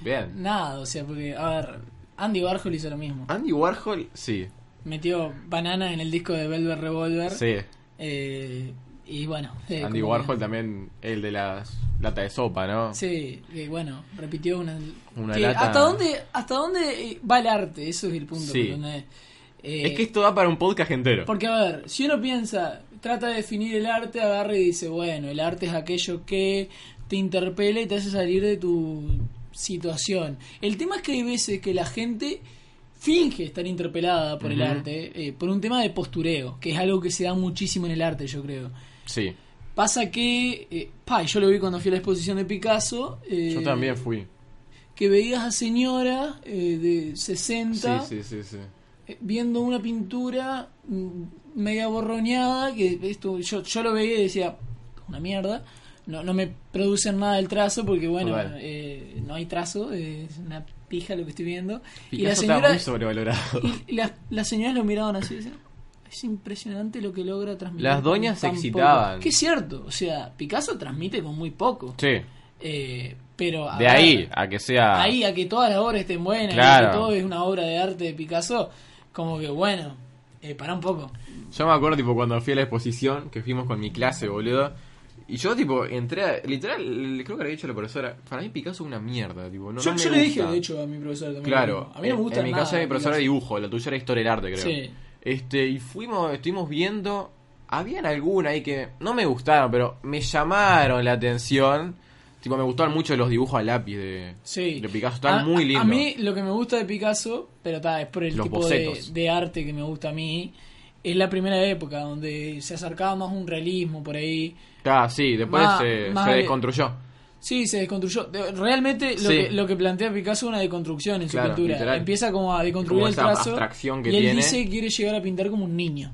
bien. nada, o sea, porque, a ver, Andy Warhol hizo lo mismo. Andy Warhol, sí, Metió banana en el disco de Velvet Revolver. sí. Eh, y bueno. eh, Andy como Warhol que- también, el de las lata de sopa, ¿no? Sí, que bueno, repitió una. Una que lata. ¿Hasta dónde, hasta dónde eh, va el arte? Eso es el punto. Sí. ¿entendés? Eh, Es que esto da para un podcast entero. Porque a ver, si uno piensa, trata de definir el arte, agarra y dice, bueno, el arte es aquello que te interpela y te hace salir de tu situación. El tema es que hay veces que la gente finge estar interpelada por el Ujú. arte, eh, por un tema de postureo, que es algo que se da muchísimo en el arte, yo creo. Sí, Pasa que, eh, pa, yo lo vi cuando fui a la exposición de Picasso. eh, yo también fui. Que veías a señoras eh, de 60 Sí, sí, sí, sí. eh, viendo una pintura mm, media borroneada. Que esto yo, yo lo veía y decía, una mierda. No, no me producen nada el trazo porque, bueno, Total. eh, no hay trazo. eh, es una pija lo que estoy viendo. y la Picasso está señora, muy sobrevalorado. y las, las señoras lo miraban así, decían, es impresionante lo que logra transmitir. Las con doñas se tan poco". excitaban. Que es cierto, o sea, Picasso transmite con muy poco. Sí, Eh, pero a de ver, ahí a que sea... ahí a que todas las obras estén buenas, y Claro. que todo es una obra de arte de Picasso, como que bueno, eh, para un poco. Yo me acuerdo, tipo, cuando fui a la exposición, que fuimos con mi clase, boludo. Y yo, tipo, entré, a- literal, le- creo que le había dicho a la profesora, para mí Picasso es una mierda, tipo, no, yo no me yo le dije, gusta". de hecho, a mi profesor también. Claro, eh, a mí no me en- gusta En mi nada caso era mi profesora de Picasso. dibujo, la tuya era historia del arte, creo. Sí. Este, y fuimos, estuvimos viendo, habían alguna ahí que no me gustaron, pero me llamaron la atención. Tipo, me gustaban mucho los dibujos a lápiz de, Sí. de Picasso, estaban A- muy a- lindos. A mí lo que me gusta de Picasso, pero ta, es por el Los tipo de, bocetos. de arte que me gusta a mí, es la primera época donde se acercaba más un realismo por ahí. Ah, sí, después Ma- se, ma- se desconstruyó. Sí, se desconstruyó. De- Realmente lo, Sí. que, lo que plantea Picasso es una deconstrucción en su Claro, pintura. literal. Empieza como a deconstruir Como el esa trazo. abstracción que y él tiene. dice que quiere llegar a pintar como un niño.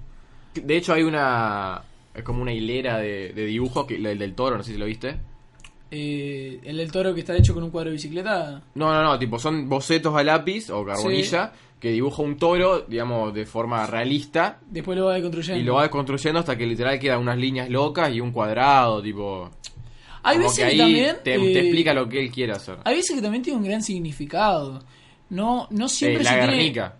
De hecho, hay una. Es como una hilera de, de dibujos, que, el del toro, no sé si lo viste. eh, el del toro que está hecho con un cuadro de bicicleta. No, no, no, tipo, son bocetos a lápiz o carbonilla que dibuja un toro, digamos, de forma realista Después lo va deconstruyendo. y lo va desconstruyendo hasta que literal quedan unas líneas locas y un cuadrado, tipo. Hay como veces que ahí que también. te, eh, te explica lo que él quiere hacer. Hay veces que también tiene un gran significado. No, no siempre Eh, la se tiene- Guernica.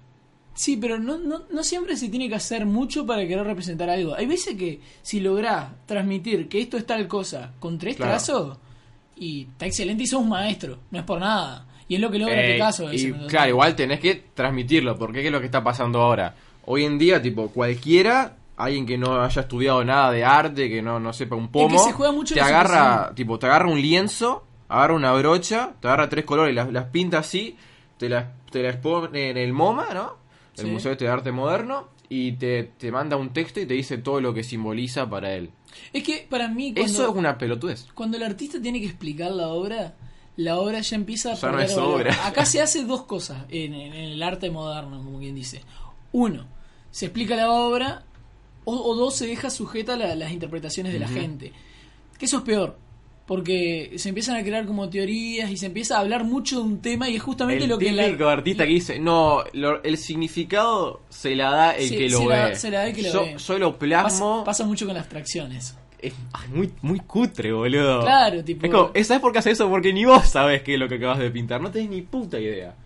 Sí, pero no, no, no siempre se tiene que hacer mucho para querer representar algo. Hay veces que si lográs transmitir que esto es tal cosa con tres Claro. trazos, y está excelente y sos un maestro, no es por nada. Y es lo que logra este Eh, Picasso. y, ese, ¿no? claro, igual tenés que transmitirlo, porque es lo que está pasando ahora. Hoy en día, tipo, cualquiera, alguien que no haya estudiado nada de arte, que no, no sepa un pomo, se juega mucho te la agarra, situación. tipo, te agarra un lienzo, agarra una brocha, te agarra tres colores, las, las pinta así, te las, te las pone en el MoMA, ¿no? El Sí. Museo Este de Arte Moderno, y te, te manda un texto y te dice todo lo que simboliza para él. Es que para mí, cuando, Eso es una pelotudez. cuando el artista tiene que explicar la obra, la obra ya empieza a Ya no perder es valor. obra. Acá se hace dos cosas en, en el arte moderno, como quien dice. Uno, se explica la obra, o, o dos, se deja sujeta a la- las interpretaciones de la gente. Que eso es peor, porque se empiezan a crear como teorías y se empieza a hablar mucho de un tema y es justamente El lo que la- típico artista que dice, no, lo- el significado se la da el Se- que lo se ve. la- se la da el que lo yo, ve. yo lo pasa, plasmo. pasa mucho con las fracciones. Es ay, muy, muy cutre, boludo. Claro, tipo- Es como, "Eh, ¿sabes por qué hace eso? Porque ni vos sabés qué es lo que acabas de pintar. No tenés ni puta idea.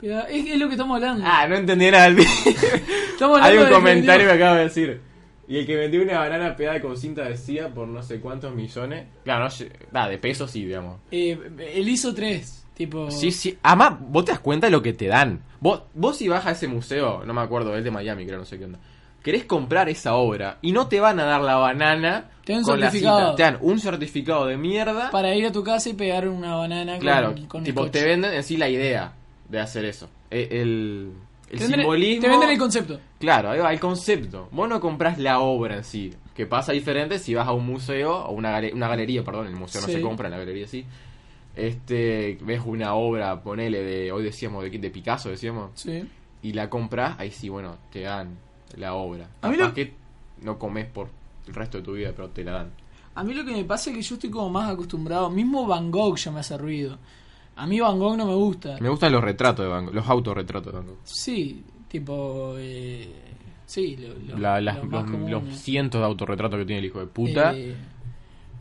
Pero es, es lo que estamos hablando. Ah, no entendí nada del Estamos Hay hablando un de que comentario que vendimos- acaba de decir. Y el que vendió una banana pegada con cinta decía por no sé cuántos millones. Claro, no, lle- ah, de pesos sí, digamos. eh, él hizo tres, tipo... Sí, sí. Además, vos te das cuenta de lo que te dan. Vos, vos si vas a ese museo, no me acuerdo, el de Miami, creo, no sé qué onda. Querés comprar esa obra y no te van a dar la banana Te dan un con la certificado. cinta. Te dan un certificado de mierda. Para ir a tu casa y pegar una banana claro, con, con tipo, scotch. te venden en sí la idea de hacer eso. E- El, el Te venden- simbolismo. Te venden el concepto. Claro, ahí va el concepto. Vos no comprás la obra en sí. Que pasa diferente si vas a un museo o una, gale- una galería, perdón, el museo Sí. no se compra, en la galería sí. Este, ves una obra, ponele, de, hoy decíamos, de, de Picasso, decíamos, Sí. y la compras, ahí sí, bueno, te dan la obra. A mí Capaz lo- que no comes por el resto de tu vida, pero te la dan. A mí lo que me pasa es que yo estoy como más acostumbrado. Mismo Van Gogh ya me hace ruido. A mí Van Gogh no me gusta. Me gustan los retratos de Van Gogh, los autorretratos de Van Gogh. Sí, tipo. eh, sí, lo, lo- La- las- lo más los, común, los eh. cientos de autorretratos que tiene el hijo de puta. Eh,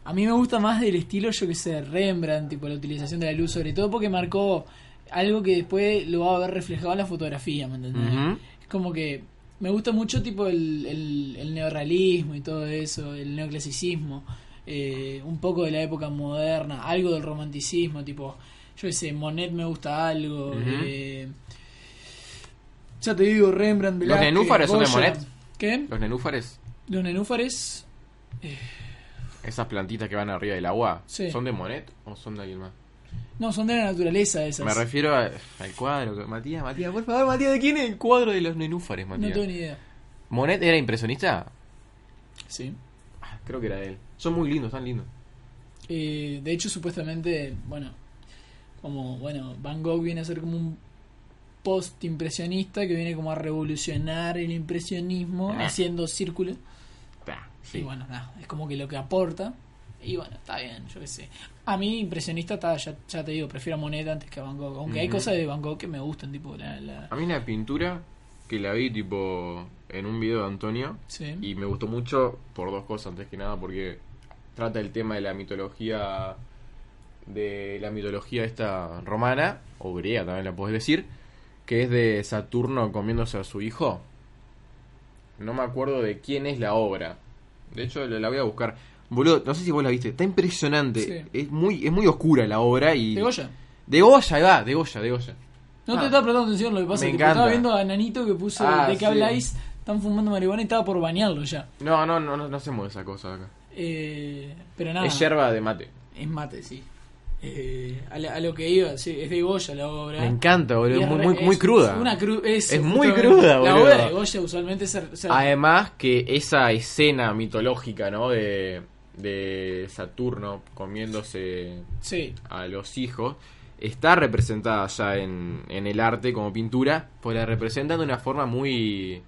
a mí me gusta más del estilo, yo que sé, Rembrandt, tipo la utilización de la luz, sobre todo porque marcó algo que después lo va a ver reflejado en la fotografía, ¿me entendés? Ujú. Es como que me gusta mucho tipo el, el, el neorrealismo y todo eso, el neoclasicismo, eh, un poco de la época moderna, algo del romanticismo, tipo, yo qué sé, Monet me gusta algo. Ujú. eh, ya te digo, Rembrandt, ¿Los Velázquez, nenúfares son de Goya. Monet? ¿Qué? Los nenúfares, Los nenúfares esas plantitas que van arriba del agua, Sí. ¿son de Monet o son de alguien más? No, son de la naturaleza esas. Me refiero a- al cuadro. que- Matías, Matías, por favor, Matías, ¿de quién es el cuadro de los nenúfares, no Matías? tengo ni idea. ¿Monet era impresionista? Sí. Ah, Creo que era él. Son muy lindos, tan lindos. Eh, de hecho, supuestamente, bueno, como, bueno, Van Gogh viene a ser como un post-impresionista que viene como a revolucionar el impresionismo Ah. haciendo círculos. Ta, sí. Y bueno, nada, es como que lo que aporta. Y bueno, está bien, yo qué sé. A mí, impresionista, está, ya, ya te digo, prefiero a Monet antes que a Van Gogh. Aunque hay Ujú. cosas de Van Gogh que me gustan, tipo la... la- A mí una pintura que la vi tipo en un video de Antonio sí. y me gustó mucho por dos cosas antes que nada porque trata el tema de la mitología de la mitología esta romana o griega también la podés decir que es de Saturno comiéndose a su hijo no me acuerdo de quién es la obra de hecho la, la voy a buscar boludo no sé si vos la viste está impresionante Sí. es muy es muy oscura la obra y De Goya. de Goya ahí va de Goya de Goya No Ah. te estaba prestando atención lo que pasa. Me tipo, estaba encanta. viendo a Nanito que puso Ah, de qué sí. habláis, están fumando marihuana y estaba por bañarlo ya. no no no no, no hacemos esa cosa acá Eh, pero nada. es yerba de mate Es mate, sí. Eh, a, la- a lo que iba, sí, es de Goya la obra. me encanta Y boludo es es muy re- muy, muy es cruda una cru- eso, Es muy justamente. cruda, La boludo. Ah, obra de Goya usualmente se. se- Además que esa escena mitológica, ¿no? De, de Saturno comiéndose sí, a los hijos, está representada ya en, en el arte como pintura, pues la representan de una forma muy,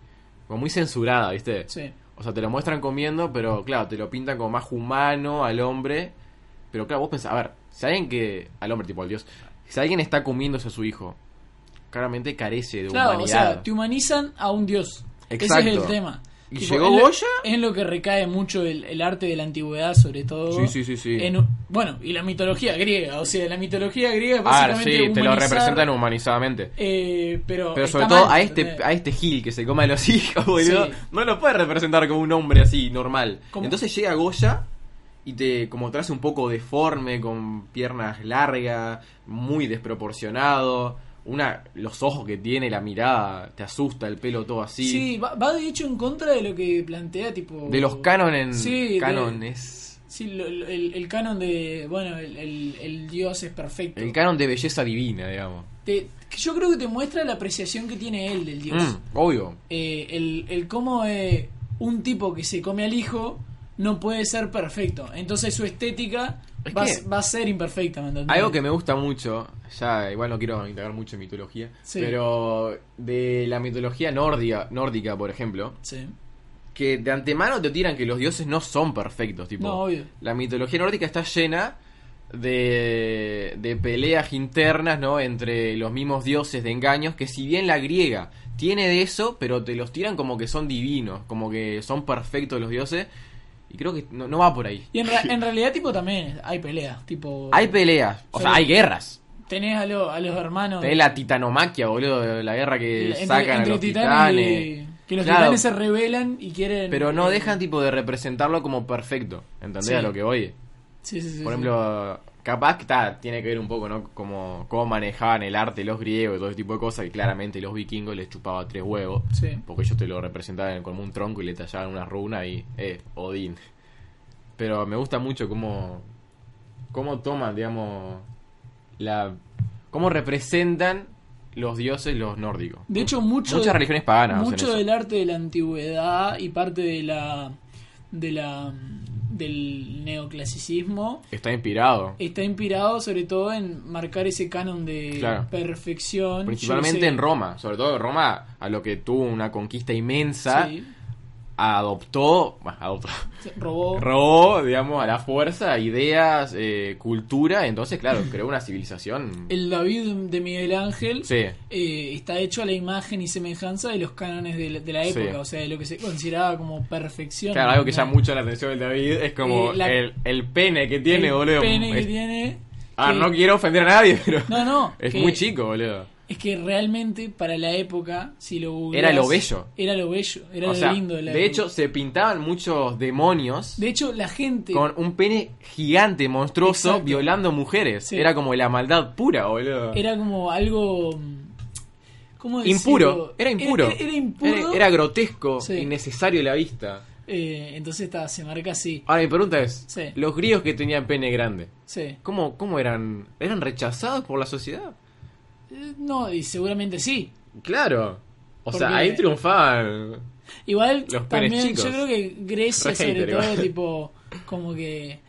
como muy censurada, ¿viste? sí. O sea, te lo muestran comiendo, pero claro, te lo pintan como más humano al hombre Pero claro, vos pensás, a ver, si alguien que. Al hombre, tipo al dios. Si alguien está comiéndose a su hijo, claramente carece de Claro, o humanidad. sea, te humanizan a un dios. Ese es Exacto. el tema. ¿Y llegó es lo- Goya? Es lo que recae mucho el, el arte de la antigüedad, sobre todo. Sí, sí, sí, sí. en- bueno, y la mitología griega. O sea, la mitología griega es ah, básicamente. sí, te lo humanizar, representan humanizadamente. eh, pero Pero está sobre todo mal, a este, ¿entendés? a este Gil que se coma de los hijos, boludo, Sí. no lo puedes representar como un hombre así, normal. ¿Cómo? Entonces llega Goya y te como te hace un poco deforme, con piernas largas, muy desproporcionado. Una, los ojos que tiene, la mirada, te asusta, el pelo todo así. Sí, va, va de hecho en contra de lo que plantea, tipo. De los cánones. Sí, de- cánones. Sí, lo- lo- el, el canon de. Bueno, el, el- el dios es perfecto. El canon de belleza divina, digamos. Te- que yo creo que te muestra la apreciación que tiene él del dios. Mm, obvio. eh, el, el cómo eh, un tipo que se come al hijo no puede ser perfecto. Entonces su estética Es va, a que- s- va a ser imperfecta. ¿me entendés? Algo que me gusta mucho, ya igual no quiero integrar mucho en mitología, Sí. pero de la mitología nórdica, nórdica, por ejemplo, Sí. que de antemano te tiran que los dioses no son perfectos, tipo. No, obvio. La mitología nórdica está llena de, de peleas internas, ¿no? Entre los mismos dioses de engaños, que si bien la griega tiene de eso, pero te los tiran como que son divinos, como que son perfectos los dioses, y creo que no, no va por ahí. Y en, ra- en realidad, tipo, también hay peleas. Tipo, Hay peleas, o sea, Sí. hay guerras. tenés a, lo- a los hermanos. Es la titanomaquia, boludo, la guerra que entre- sacan entre a los titanes titanes. y- que los Claro, titanes se rebelan y quieren. Pero no eh, dejan tipo de representarlo como perfecto, ¿entendés Sí. a lo que voy? sí, sí, sí, Por sí. ejemplo, capaz que ta, tiene que ver un poco, ¿no? Como cómo manejaban el arte los griegos y todo ese tipo de cosas, que claramente los vikingos les chupaba tres huevos, Sí. porque ellos te lo representaban como un tronco y le tallaban una runa y, eh, Odín. Pero me gusta mucho cómo, cómo toman, digamos, la... cómo representan los dioses los nórdicos. De hecho, mucho. Muchas religiones paganas hacen mucho eso. del arte de la antigüedad y parte de la. de la. del neoclasicismo. Está inspirado. está inspirado sobre todo en marcar ese canon de Claro. perfección. Principalmente Yo sé- en Roma, sobre todo en Roma, a lo que tuvo una conquista inmensa, Sí, adoptó, bueno, adoptó, se robó. robó, digamos, a la fuerza, ideas, eh, cultura, entonces, claro, creó una civilización. el David de Miguel Ángel Sí, eh, está hecho a la imagen y semejanza de los cánones de la, de la Sí. época, o sea, de lo que se consideraba como perfección. claro, algo que llama ¿no? mucho la atención del David es como Eh, la- el, el pene que tiene, El boludo. pene que Es- tiene. Ah, que- no quiero ofender a nadie, pero No, no, es que- muy chico, boludo. Es que realmente para la época, si lo googleás, Era lo bello. Era lo bello, era O lo sea, lindo de la de época. hecho, se pintaban muchos demonios de hecho, la gente. con un pene gigante, monstruoso, Exacto. violando mujeres. Sí. Era como la maldad pura, boludo. era como algo mm, ¿cómo impuro, decirlo? era impuro. era, era impuro Era, era grotesco, Sí. innecesario a la vista. Eh, entonces está, se marca así Ahora mi pregunta es, Sí. los griegos que tenían pene grande, sí ¿cómo, cómo eran? ¿Eran rechazados por la sociedad? Eh, no y seguramente sí Claro. O sea, Porque- ahí triunfaban. igual Los penes también chicos. yo creo que Grecia Re sobre hater, todo igual. tipo como que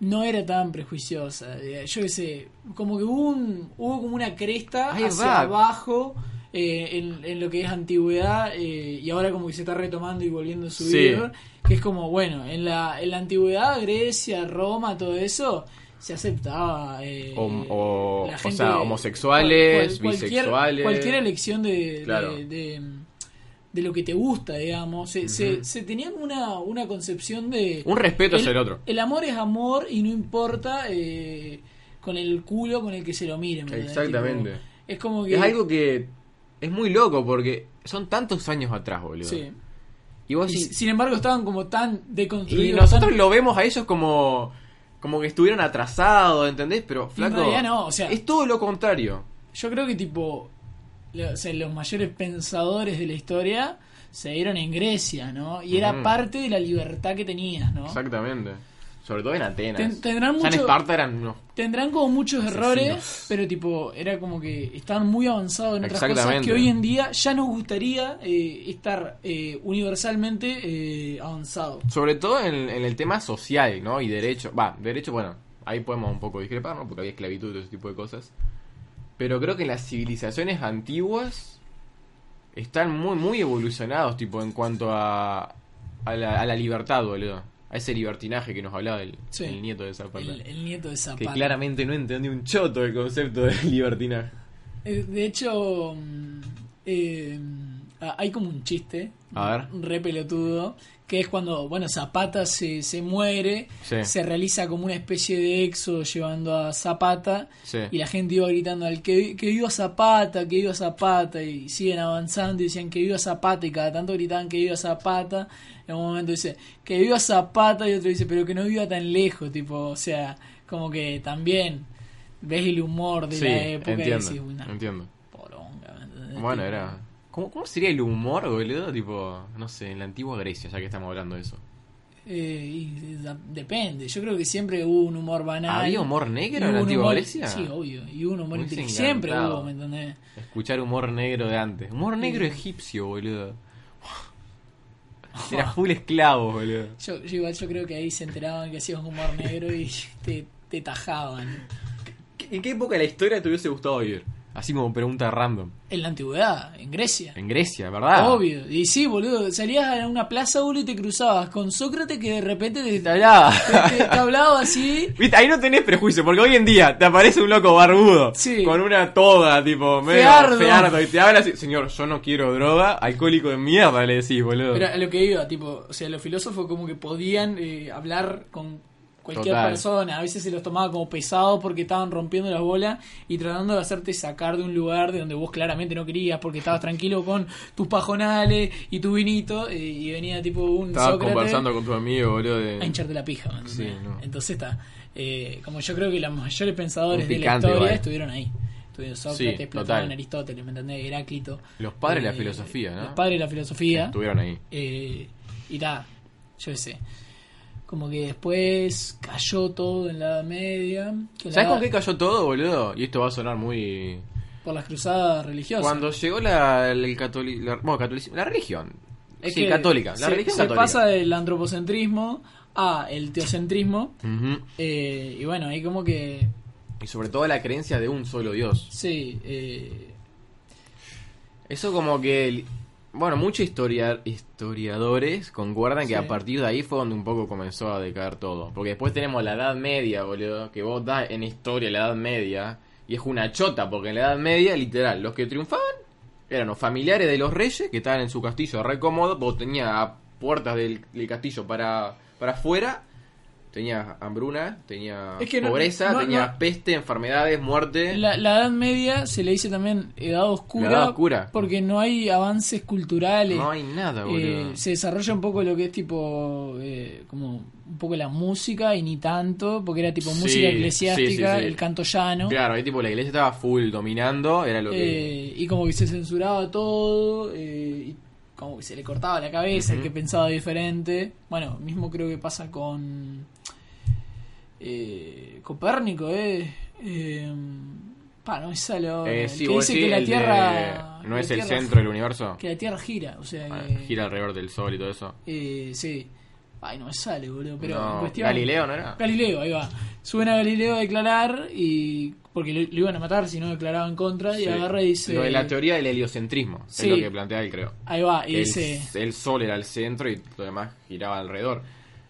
no era tan prejuiciosa eh, yo qué sé como que hubo un, hubo como una cresta Ahí hacia va. abajo eh, en, en lo que es antigüedad eh, y ahora como que se está retomando y volviendo a subir Sí. que es como, bueno, en la, en la antigüedad, Grecia, Roma, todo eso, se aceptaba. eh, O- o- la o gente- sea, homosexuales, cualquier- bisexuales. Cualquier elección de, Claro. de, de, de lo que te gusta, digamos. Se, se, se tenía como una, una concepción de. Un respeto hacia el otro. El amor es amor y no importa eh, con el culo con el que se lo miren. ¿me entendés? Exactamente. Tipo, es como que. Es algo que es muy loco porque son tantos años atrás, boludo. sí. Y vos Y decís, sin embargo, estaban como tan deconstruidos. Y nosotros tan- lo vemos a ellos como como que estuvieron atrasados, ¿entendés? Pero flaco, realidad no, o sea- es todo lo contrario. Yo creo que tipo, lo- o sea, los mayores pensadores de la historia se dieron en Grecia, ¿no? Y era Ujú. parte de la libertad que tenías, ¿no? Exactamente. Sobre todo en Atenas. Ten- tendrán Ya en mucho- Esparta eran unos Tendrán como muchos Asesinos. errores, pero tipo, era como que estaban muy avanzados en otras cosas Exactamente. que hoy en día ya nos gustaría eh, estar eh, universalmente eh, avanzados. Sobre todo en, en el tema social, ¿no? Y derecho. Va, derecho, bueno, ahí podemos un poco discrepar, ¿no? Porque había esclavitud y todo ese tipo de cosas. Pero creo que las civilizaciones antiguas están muy, muy evolucionados, tipo, en cuanto a, a, la, a la libertad, boludo. a ese libertinaje que nos hablaba el, Sí. el nieto de Zapata. El, el nieto de que Zapata. claramente no entendió un choto el concepto de libertinaje. Eh, De hecho, mm, eh, ah, hay como un chiste A ver. un re pelotudo, que es cuando, bueno, Zapata se, se muere, Sí. se realiza como una especie de exo llevando a Zapata, Sí. y la gente iba gritando al que, que viva Zapata, que viva Zapata, y siguen avanzando y decían que viva Zapata, y cada tanto gritaban que viva Zapata, en un momento dice que viva Zapata, y otro dice, pero que no viva tan lejos, tipo, o sea, como que también ves el humor de Sí, la época y entiendo. decís, una Entiendo. poronga, ¿me entendés? Bueno, Tipo, era. Este, ¿Cómo, ¿Cómo sería el humor, boludo? Tipo, no sé, en la antigua Grecia, ya que estamos hablando de eso. Eh, y da- depende, yo creo que siempre hubo un humor banal. ¿Había humor negro en hubo la un antigua humor- Grecia? Sí, obvio. Y hubo un humor Me hubiese inteligente. Siempre encantado. hubo, ¿me entendés? Escuchar humor negro de antes. Humor negro egipcio, boludo. Era full esclavo, boludo. Yo, yo igual yo creo que ahí se enteraban que hacías humor negro y te, te tajaban. ¿En qué época de la historia te hubiese gustado vivir? Así como pregunta random. En la antigüedad, en Grecia. En Grecia, ¿verdad? Obvio. Y sí, boludo. Salías a una plaza, boludo, y te cruzabas con Sócrates que de repente te, Te hablaba. te- te hablaba así. Viste, ahí no tenés prejuicio, porque hoy en día te aparece un loco barbudo Sí. con una toga, tipo, medio Feardo. feardo. y te habla así, señor, yo no quiero droga, alcohólico de mierda, le decís, boludo. Pero a lo que iba, tipo, o sea, los filósofos como que podían eh, hablar con cualquier Total. persona, a veces se los tomaba como pesado porque estaban rompiendo las bolas y tratando de hacerte sacar de un lugar de donde vos claramente no querías porque estabas tranquilo con tus pajonales y tu vinito eh, y venía tipo un Estabas Sócrates conversando con tu amigo, boludo, de... a hincharte la pija. ¿me entendés? Sí, no. Entonces está, eh, como yo creo que los mayores pensadores Un de la picante, historia vale. estuvieron ahí. Estuvieron Sócrates, Sí, Platón, total. Aristóteles, ¿me entendés? Heráclito. eh, Los padres de la filosofía, ¿no? Los padres de la filosofía. Estuvieron ahí. Eh, y ta, yo qué sé. Como que después cayó todo en la Edad media. que ¿Sabes la- con qué cayó todo, boludo? Y esto va a sonar muy... Por las cruzadas religiosas. Cuando llegó la, el catoli- la, bueno, catolicismo- la religión. Es Sí, que católica. La se, religión se católica. pasa del antropocentrismo a el teocentrismo. Ujú. eh, y bueno, ahí como que. Y sobre todo la creencia de un solo Dios. Sí. eh, Eso como que... el- Bueno, muchos historia- historiadores concuerdan Sí. que a partir de ahí fue donde un poco comenzó a decaer todo. Porque después tenemos la Edad Media, boludo, que vos das en historia la Edad Media. Y es una chota, porque en la Edad Media, literal, los que triunfaban eran los familiares de los reyes, que estaban en su castillo re cómodo. Vos tenías a puertas del, del castillo para, para afuera. Tenías hambruna, tenías Es que no- pobreza, no- tenías no- peste, enfermedades, muerte. la, la Edad Media se le dice también Edad Oscura. La Edad Oscura. Porque no hay avances culturales. No hay nada, Eh, Ah, boludo. se desarrolla un poco lo que es tipo eh, como un poco la música y ni tanto porque era tipo Sí, música sí, eclesiástica sí, sí. el canto llano Claro, ahí tipo la iglesia estaba full dominando, era lo que... eh, y como que se censuraba todo eh, y como que se le cortaba la cabeza el Ujú. que pensaba diferente bueno mismo creo que pasa con eh, Copérnico eh, eh, pa, no me sale ahora, Eh, el sí, que vos dice decís que la el de- tierra no la es el Tierra- centro del universo. que la tierra gira o sea Ah, que- Gira alrededor del sol y todo eso. Eh, sí. Ay, no me sale, boludo. Pero No, en cuestión. Galileo no era. Galileo, ahí va. Suben a Galileo a declarar y. Porque lo, lo iban a matar si no declaraba en contra. Y Sí. agarra y dice. Lo de la teoría del heliocentrismo, Sí. es lo que plantea él, creo. Ahí va, y El, dice. el sol era el centro y lo demás giraba alrededor.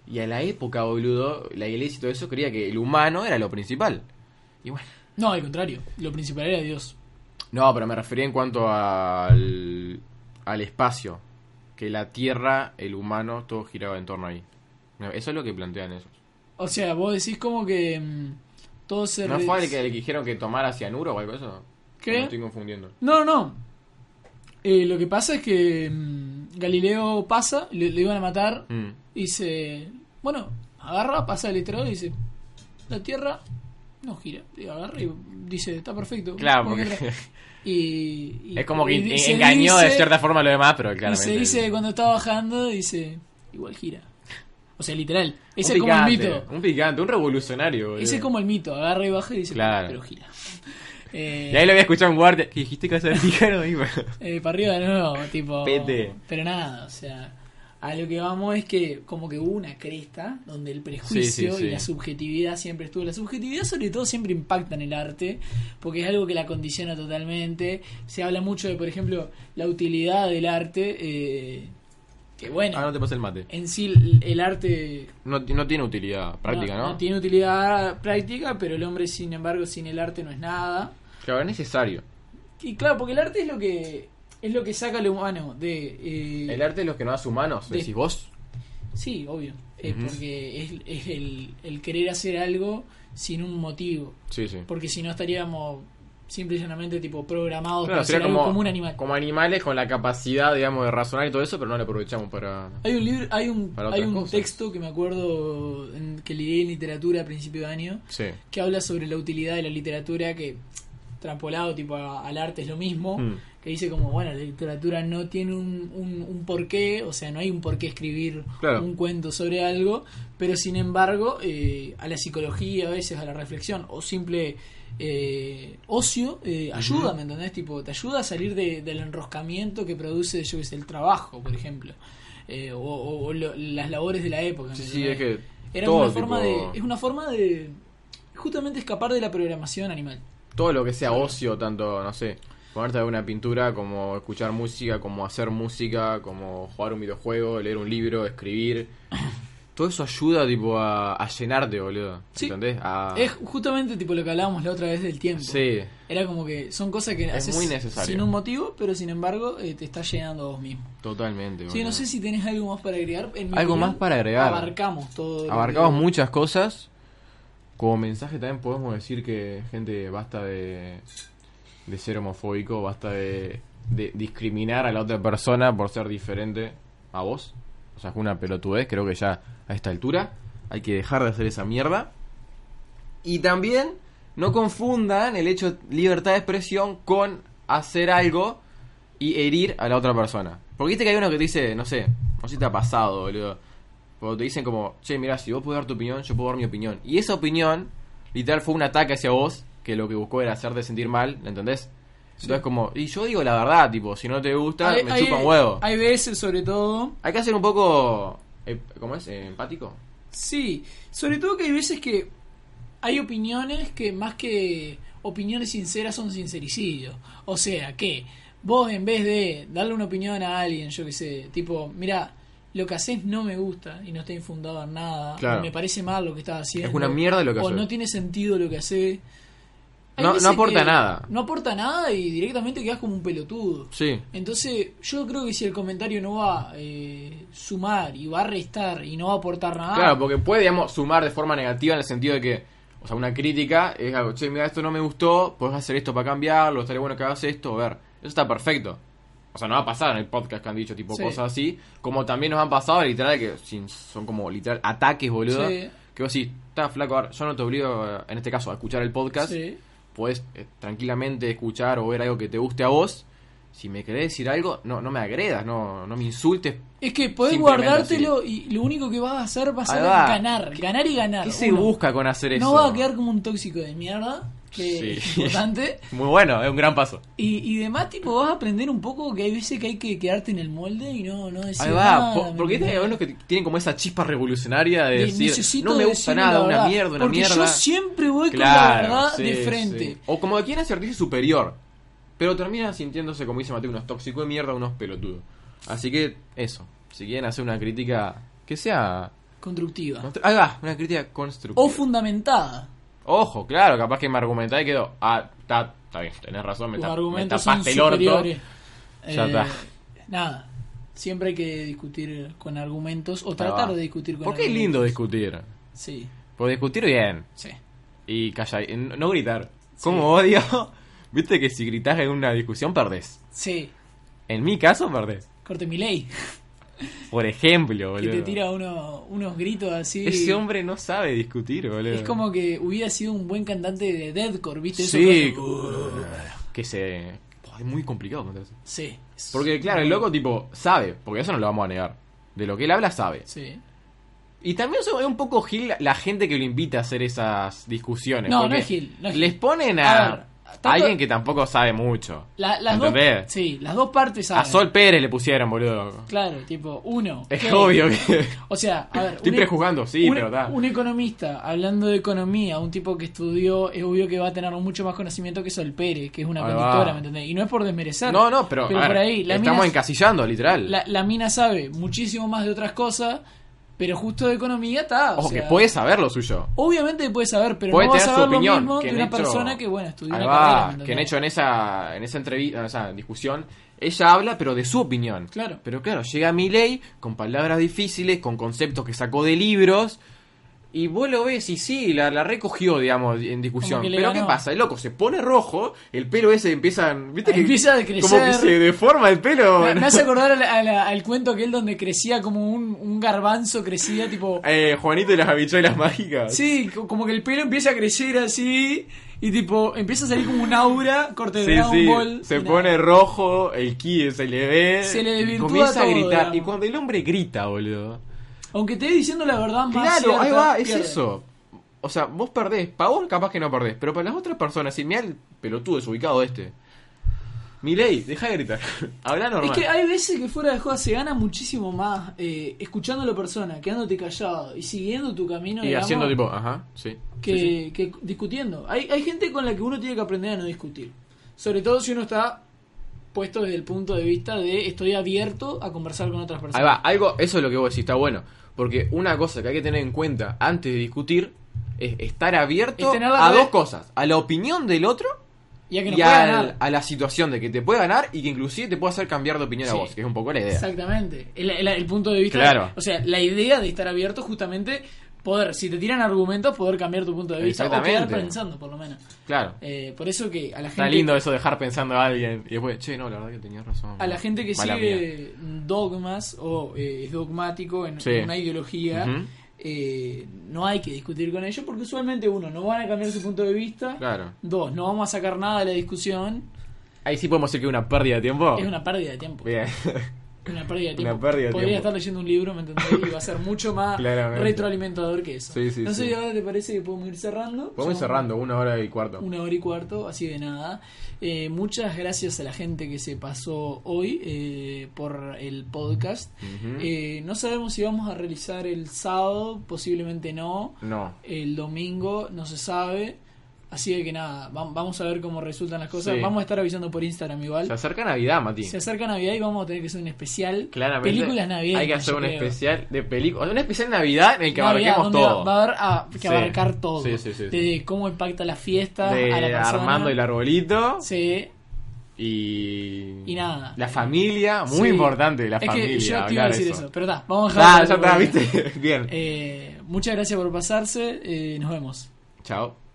Y a la época, boludo, la iglesia y todo eso creía que el humano era lo principal. Y bueno... No, al contrario. Lo principal era Dios. No, pero me refería en cuanto al, al espacio. Que la Tierra, el humano, todo giraba en torno ahí. No, Eso es lo que plantean ellos. O sea, vos decís como que. mm, todo se. ¿No re- fue el que le dijeron que tomara cianuro o algo de eso? ¿Qué? Me estoy confundiendo. No, no. Eh, lo que pasa es que. mm, Galileo pasa, le, le iban a matar. Mm. Y dice. Bueno, agarra, pasa el estrado y dice. La tierra no gira. Y agarra y dice, está perfecto. Claro, Ponga porque- otra. Y, y- Es como que y en- se engañó de dice- cierta forma a lo demás, pero Y claramente. se dice cuando está bajando, dice. Igual gira. O sea, literal. Un Ese es como el picante, mito. Un picante, un revolucionario, boludo. Ese es como el mito. Agarra y baja y dice, Claro. pero gira. Eh, Y ahí lo había escuchado en guardia. Que dijiste que vas a ser pícaro y bueno. Eh, para arriba de nuevo, tipo. Pete. Pero nada, o sea. A lo que vamos es que como que hubo una cresta donde el prejuicio Sí, sí, y sí. la subjetividad siempre estuvo. La subjetividad sobre todo siempre impacta en el arte porque es algo que la condiciona totalmente. Se habla mucho de, por ejemplo, la utilidad del arte. eh, Que bueno, Ah, no te pasé el mate. en sí el- el arte No, ti- no tiene utilidad práctica, ¿no? Eh, No, tiene utilidad práctica, pero el hombre, sin embargo, sin el arte no es nada. Claro, es necesario. Y claro, porque el arte es lo que es lo que saca al humano de... eh, El arte es lo que nos hace humanos, De- decís vos. Sí, obvio. Eh, Porque es, es el, el querer hacer algo sin un motivo. Sí, sí. Porque si no estaríamos simple y llanamente tipo programados Claro, para hacer sería algo como, como un animal. como animales con la capacidad, digamos, de razonar y todo eso, pero no lo aprovechamos para... Hay un libro, hay un, Para hay otras un cosas. texto que me acuerdo en- que leí en literatura a principio de año Sí. que habla sobre la utilidad de la literatura que trampolado tipo a- al arte es lo mismo Mm. que dice como bueno la literatura no tiene un, un, un porqué o sea no hay un porqué escribir Claro. un cuento sobre algo pero sin embargo eh, a la psicología a veces a la reflexión o simple eh, ocio eh, ayuda ¿me entendés? tipo te ayuda a salir de- del enroscamiento que produce yo qué sé el trabajo por ejemplo eh, o, o- o lo- las labores de la época Sí, ¿me sí, es entendés? que... Era todo, una forma tipo, de. Es una forma de. Justamente escapar de la programación animal. Todo lo que sea ocio, tanto, no sé, ponerte a ver una pintura, como escuchar música, como hacer música, como jugar un videojuego, leer un libro, escribir. todo eso ayuda, tipo, a, a llenarte, boludo. Sí. ¿Entendés? A... Es justamente tipo lo que hablábamos la otra vez del tiempo. Ah. Sí. Era como que son cosas que Es haces muy necesario. sin un motivo, pero sin embargo eh, te estás llenando a vos mismo. Totalmente. Sí, no boludo. sé si tenés algo más para agregar. En mi Algo opinión, más para agregar. Abarcamos todo. lo Abarcamos que- muchas cosas. Como mensaje también podemos decir que, gente, basta de, de ser homofóbico, basta de, de discriminar a la otra persona por ser diferente a vos. O sea, es una pelotudez, creo que ya a esta altura hay que dejar de hacer esa mierda. Y también no confundan el hecho de libertad de expresión con hacer algo y herir a la otra persona. Porque viste que hay uno que te dice, no sé, no sé si te ha pasado, boludo. Cuando te dicen como, che, mirá, si vos podés dar tu opinión, yo puedo dar mi opinión. Y esa opinión, literal, fue un ataque hacia vos, que lo que buscó era hacerte sentir mal, ¿me entendés? Entonces como, y yo digo la verdad, tipo, si no te gusta, Hay- me hay- chupan huevo. Hay, Hay veces, sobre todo. que hacer un poco, eh, ¿cómo es? Eh, ¿Empático? Sí, sobre todo que hay veces que hay opiniones que más que opiniones sinceras son sincericidios. O sea, que vos en vez de darle una opinión a alguien, yo que sé, tipo, mira, lo que haces no me gusta y no está infundado en nada, Claro. o me parece mal lo que estás haciendo. Es una mierda lo que O haces. no tiene sentido lo que haces. Hay No- no veces aporta que nada. No aporta nada y directamente quedas como un pelotudo. Sí. Entonces, yo creo que si el comentario no va a eh, sumar y va a restar y no va a aportar nada, Claro, porque puede, digamos, sumar de forma negativa en el sentido de que, o sea, una crítica es algo, che, mira, esto no me gustó, podés hacer esto para cambiarlo, estaría bueno que hagas esto, a ver, eso está perfecto. O sea, no va a pasar en el podcast que han dicho tipo Sí. cosas así, como también nos han pasado, literal, que sin- son como literal ataques, boludo. Sí. Que vos decís, está flaco, a ver, yo no te obligo, eh, en este caso, a escuchar el podcast, Sí. podés eh, tranquilamente escuchar o ver algo que te guste a vos. Si me querés decir algo, no, no me agredas, no, no me insultes. Es que podés Simplemente guardártelo y lo único que vas a hacer va a ser Ahí va. ganar, ganar y ganar. ¿Qué se Uno, busca con hacer eso? No va a quedar como un tóxico de mierda, que es Sí. importante. Muy bueno, es un gran paso. Y, y demás, tipo, vas a aprender un poco que hay veces que hay que quedarte en el molde y no, no decir Ahí nada. va, po- ¿me porque viste que hay entendés? algunos que tienen como esa chispa revolucionaria de De- decir, necesito no me gusta decir nada, la una verdad, mierda, una porque mierda. yo siempre voy con la verdad sí, de sí. frente. O como que quieren sentirse superior, pero terminan sintiéndose, como dice Mateo, unos tóxicos de mierda, unos pelotudos. Así que, eso, si quieren hacer una crítica que sea... Constructiva. constru- Ahí va, una crítica constructiva. O fundamentada. Ojo, claro, capaz que me argumentá y quedó, ah, está, está bien, tenés razón, me, Tus tap- me argumentos son tapaste el orto. superiores. Eh, Ya está. Nada. Siempre hay que discutir con argumentos o Ahí va. tratar de discutir con Porque es argumentos. lindo discutir, Sí, por discutir bien. sí. Y calla, y no, no gritar. Como odio. Viste que si gritás en una discusión perdés. Sí. En mi caso perdés. Corte mi ley. Por ejemplo, Que boludo. te tira uno- unos gritos así. Ese hombre no sabe discutir, boludo. Es como que hubiera sido un buen cantante de deathcore, ¿viste? Eso Sí. que hace- Que se. Pua, Es muy complicado contra eso. Sí. Porque, claro, el loco, tipo, sabe. Porque eso no lo vamos a negar. De lo que él habla, sabe. Sí. Y también es un poco Gil la gente que lo invita a hacer esas discusiones. No, porque no es Gil, no es Gil. Les ponen A a. ver, tanto- Alguien que tampoco sabe mucho. la- las, dos, ¿entendés? sí, las dos partes saben. A Sol Pérez le pusieron, boludo. Claro, tipo, uno. Es ¿qué? obvio que. O sea, a ver. Estoy un- e- prejuzgando, sí, un, pero da. un economista hablando de economía, un tipo que estudió, es obvio que va a tener mucho más conocimiento que Sol Pérez, que es una Ahí conductora, va. ¿me entendés? Y no es por desmerecer. No, no, pero. a ver, por ahí, la estamos mina, encasillando, literal. la, la mina sabe muchísimo más de otras cosas, pero justo de economía está. o Ojo, que sea, puede saber lo suyo. Obviamente puede saber, pero puede no va a tener su saber lo opinión. mismo que de en una hecho- persona que, bueno, estudió Ahí una va, carrera. ¿me entendés? que en hecho en esa, en esa entrevista, esa discusión, ella habla, pero de su opinión. Claro. Pero claro, llega Milei con palabras difíciles, con conceptos que sacó de libros. Y vos lo ves y sí, la, la recogió, digamos, en discusión. Como que le Pero ganó. ¿qué pasa? El loco se pone rojo, el pelo ese empieza... ¿viste que, Empieza a Como que crecer. se deforma el pelo. Me, me hace acordar a la- a la- al cuento que él donde crecía como un, un garbanzo, crecía tipo... Eh, Juanito y las habichuelas mágicas. Sí, co- como que el pelo empieza a crecer así y tipo empieza a salir como un aura, corte de Sí, Dragon sí, Ball. y se nada. pone rojo, el ki se le ve. Se le y desvirtúa Comienza a todo, gritar. digamos. Y cuando el hombre grita, boludo. Aunque te esté diciendo la verdad más Claro, cierta, ahí va, es pierde. eso. O sea, vos perdés. Para vos capaz que no perdés, pero para las otras personas, si mirá el pelotudo desubicado este. Miley, deja de gritar. Habla Es normal. que hay veces que fuera de joda se gana muchísimo más eh, escuchando a la persona, quedándote callado y siguiendo tu camino y digamos, haciendo tipo, ajá, sí. que, que discutiendo. Hay, hay gente con la que uno tiene que aprender a no discutir. Sobre todo si uno está puesto desde el punto de vista de estoy abierto a conversar con otras Ahí personas. va, algo, eso es lo que vos decís, está bueno. Porque una cosa que hay que tener en cuenta antes de discutir es estar abierto Es tenerla a de- dos cosas. A la opinión del otro Ya que no y pueda al- ganar. a la situación de que te puede ganar y que inclusive te puede hacer cambiar de opinión Sí. a vos, que es un poco la idea. Exactamente. El, el- el punto de vista. Claro. o sea, la idea de estar abierto es justamente poder, si te tiran argumentos, poder cambiar tu punto de vista o quedar Exactamente. pensando, por lo menos. Claro. Eh, por eso que a la gente. Está lindo eso de dejar pensando a alguien y después, che, no, la verdad que tenías razón. A la gente que Mala mía. sigue dogmas o eh, es dogmático en Sí. en una ideología, Ujú. eh, no hay que discutir con ellos porque usualmente, uno, no van a cambiar su punto de vista. Claro. Dos, no vamos a sacar nada de la discusión. Ahí sí podemos decir que es una pérdida de tiempo. Es una pérdida de tiempo. Bien. Una pérdida de Una tiempo. pérdida de Podría tiempo. estar leyendo un libro, ¿me entendés? Y va a ser mucho más Claramente. retroalimentador que eso. Sí, sí, no sé, sí. ahora te parece que podemos ir cerrando. Podemos ir Somos cerrando, una hora y cuarto. Una hora y cuarto, así de nada. Eh, muchas gracias a la gente que se pasó hoy eh, por el podcast. Eh, no sabemos si vamos a realizar el sábado, posiblemente no. No. El domingo no se sabe. Así de que nada, vam- vamos a ver cómo resultan las cosas. Sí. Vamos a estar avisando por Instagram igual. Se acerca Navidad, Mati. Se acerca Navidad y vamos a tener que hacer un especial. Claramente. Películas navideñas. Hay que hacer yo un creo. especial de película. Un especial de Navidad en el que Navidad, abarquemos donde va- todo. Va, a haber ah, que Sí. abarcar todo. Sí, sí, sí, sí. Desde cómo impacta la fiesta de a la persona. Armando el arbolito. Sí, Y. Y nada. La familia, muy sí. importante la es familia. Que yo te iba a hablar decir eso. eso. Pero está, vamos a Ah, ya dejarlo está, porque- viste. Bien. Eh, muchas gracias por pasarse. eh, nos vemos. Chao.